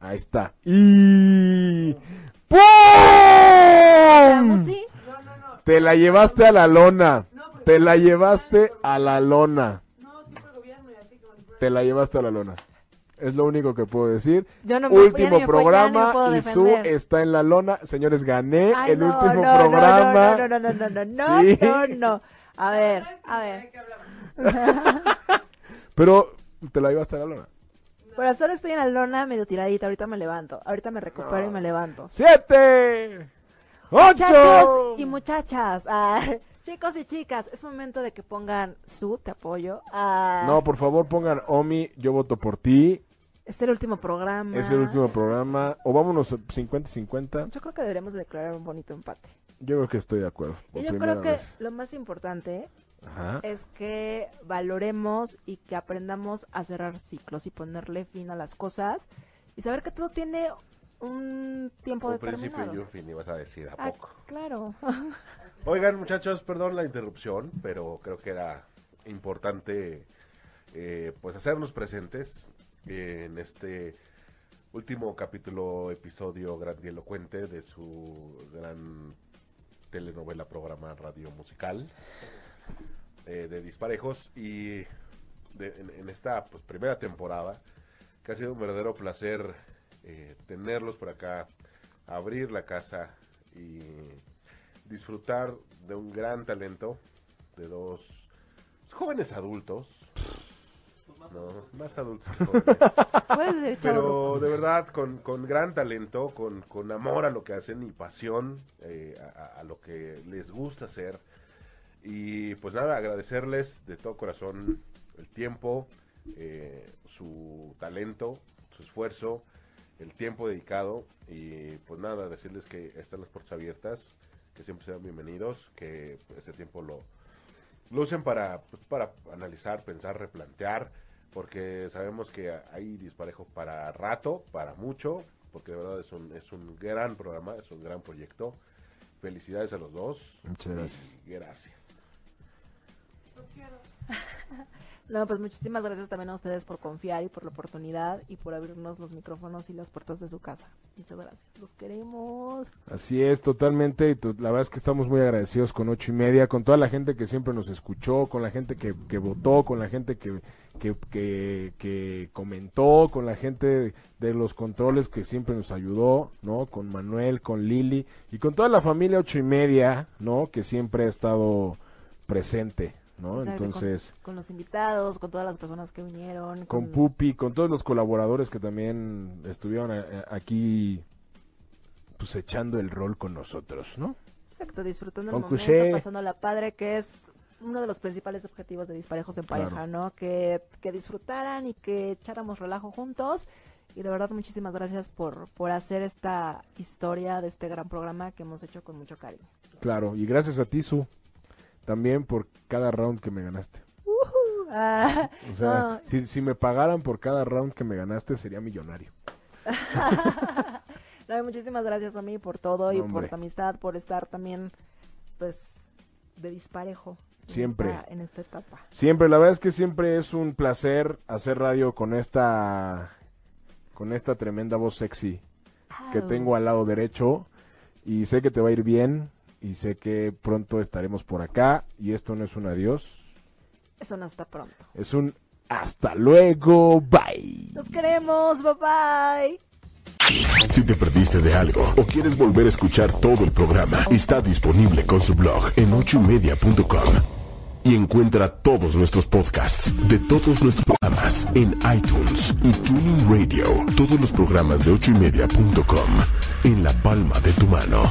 [SPEAKER 2] Ahí está. Y.
[SPEAKER 4] Veamos,
[SPEAKER 2] ¡Pum!
[SPEAKER 4] pues, sí.
[SPEAKER 2] Te la llevaste a la lona. Te la llevaste a la lona. Te la llevaste a la lona. Es lo único que puedo decir.
[SPEAKER 4] Yo no me- ya ni
[SPEAKER 2] último
[SPEAKER 4] me puedo- ya ni me
[SPEAKER 2] programa
[SPEAKER 4] puedo
[SPEAKER 2] y su
[SPEAKER 4] defender.
[SPEAKER 2] está en la lona. Señores, gané
[SPEAKER 4] Ay,
[SPEAKER 2] el
[SPEAKER 4] no,
[SPEAKER 2] último
[SPEAKER 4] no, no,
[SPEAKER 2] programa.
[SPEAKER 4] No, no, no, no, no, no,
[SPEAKER 2] Sí.
[SPEAKER 4] no, no. A ver, a ver.
[SPEAKER 2] Pero te la llevaste a la lona.
[SPEAKER 4] Por ahora estoy en la lona medio tiradita. Ahorita me levanto. Ahorita me recupero y me levanto.
[SPEAKER 2] ¡Siete! ¡Ocho!
[SPEAKER 4] Muchachos y muchachas. ah, chicos y chicas. Es momento de que pongan su te apoyo. ah,
[SPEAKER 2] No, por favor pongan Omi, yo voto por ti.
[SPEAKER 4] Es el este último programa.
[SPEAKER 2] Es el último programa. O vámonos 50-50.
[SPEAKER 4] Yo creo que deberíamos declarar un bonito empate.
[SPEAKER 2] Yo creo que estoy de acuerdo. por
[SPEAKER 4] Y yo
[SPEAKER 2] primera
[SPEAKER 4] creo que
[SPEAKER 2] vez.
[SPEAKER 4] lo más importante
[SPEAKER 2] Ajá.
[SPEAKER 4] es que valoremos y que aprendamos a cerrar ciclos y ponerle fin a las cosas y saber que todo tiene un tiempo
[SPEAKER 7] Un principio
[SPEAKER 4] determinado.
[SPEAKER 7] y un fin, ibas a decir, ¿a
[SPEAKER 4] Ah,
[SPEAKER 7] poco?
[SPEAKER 4] claro.
[SPEAKER 7] Oigan, muchachos, perdón la interrupción, pero creo que era importante eh, pues hacernos presentes en este último capítulo, episodio grandielocuente de su gran telenovela, programa radio musical eh, de Disparejos y de- en, en esta pues, primera temporada que ha sido un verdadero placer eh, tenerlos por acá, abrir la casa y disfrutar de un gran talento de dos jóvenes adultos. No, Pues más adultos. que jóvenes.
[SPEAKER 4] Puedes decir, chavo.
[SPEAKER 7] Pero de verdad, con, con gran talento, con, con amor a lo que hacen y pasión eh, a, a- a lo que les gusta hacer. Y pues nada, agradecerles de todo corazón el tiempo, eh, su talento, su esfuerzo, el tiempo dedicado. Y pues nada, decirles que están las puertas abiertas, que siempre sean bienvenidos, que este tiempo lo, lo usen para, pues, para analizar, pensar, replantear, porque sabemos que hay disparejo para rato, para mucho, porque de verdad es un, es un gran programa, es un gran proyecto. Felicidades a los dos.
[SPEAKER 2] Muchas gracias.
[SPEAKER 7] Y gracias.
[SPEAKER 4] No, pues muchísimas gracias también a ustedes por confiar y por la oportunidad y por abrirnos los micrófonos y las puertas de su casa. Muchas gracias. Los queremos.
[SPEAKER 2] Así es, totalmente. Y to- la verdad es que estamos muy agradecidos con ocho y media, con toda la gente que siempre nos escuchó, con la gente que, que votó, con la gente que, que, que- que comentó, con la gente de los controles que siempre nos ayudó, ¿no? Con Manuel, con Lili y con toda la familia ocho y media, ¿no? Que siempre ha estado presente, ¿no?
[SPEAKER 4] Exacto, con-
[SPEAKER 2] Oh, Entonces.
[SPEAKER 4] con, los invitados, con todas las personas que vinieron,
[SPEAKER 2] con Pupi, con todos los colaboradores que también estuvieron a- a- aquí pues echando el rol con nosotros, ¿no?
[SPEAKER 4] Exacto, disfrutando
[SPEAKER 2] Con
[SPEAKER 4] el momento,
[SPEAKER 2] Cushé.
[SPEAKER 4] pasando la padre, que es uno de los principales objetivos de Disparejos en
[SPEAKER 2] Claro.
[SPEAKER 4] Pareja, ¿no? Que, que disfrutaran y que echáramos relajo juntos. Y de verdad, muchísimas gracias por, por hacer esta historia de este gran programa que hemos hecho con mucho cariño.
[SPEAKER 2] Claro, y gracias a ti, Su, también por cada round que me ganaste.
[SPEAKER 4] Ah,
[SPEAKER 2] O sea,
[SPEAKER 4] no,
[SPEAKER 2] si, si me pagaran por cada round que me ganaste, sería millonario.
[SPEAKER 4] no, muchísimas gracias a mí por todo y
[SPEAKER 2] Hombre.
[SPEAKER 4] por tu amistad, por estar también, pues, de disparejo. en
[SPEAKER 2] Siempre.
[SPEAKER 4] esta- en esta etapa.
[SPEAKER 2] Siempre, la verdad es que siempre es un placer hacer radio con esta con esta tremenda voz sexy que
[SPEAKER 4] Au.
[SPEAKER 2] tengo al lado derecho y sé que te va a ir bien y sé que pronto estaremos por acá y esto no es un adiós,
[SPEAKER 4] Eso no está pronto.
[SPEAKER 2] Es un hasta luego, bye.
[SPEAKER 4] Los queremos, bye bye.
[SPEAKER 1] Si te perdiste de algo o quieres volver a escuchar todo el programa, está disponible con su blog en ochoymedia.com. Y encuentra todos nuestros podcasts de todos nuestros programas en iTunes y Tuning Radio. Todos los programas de ochoymedia.com en la palma de tu mano.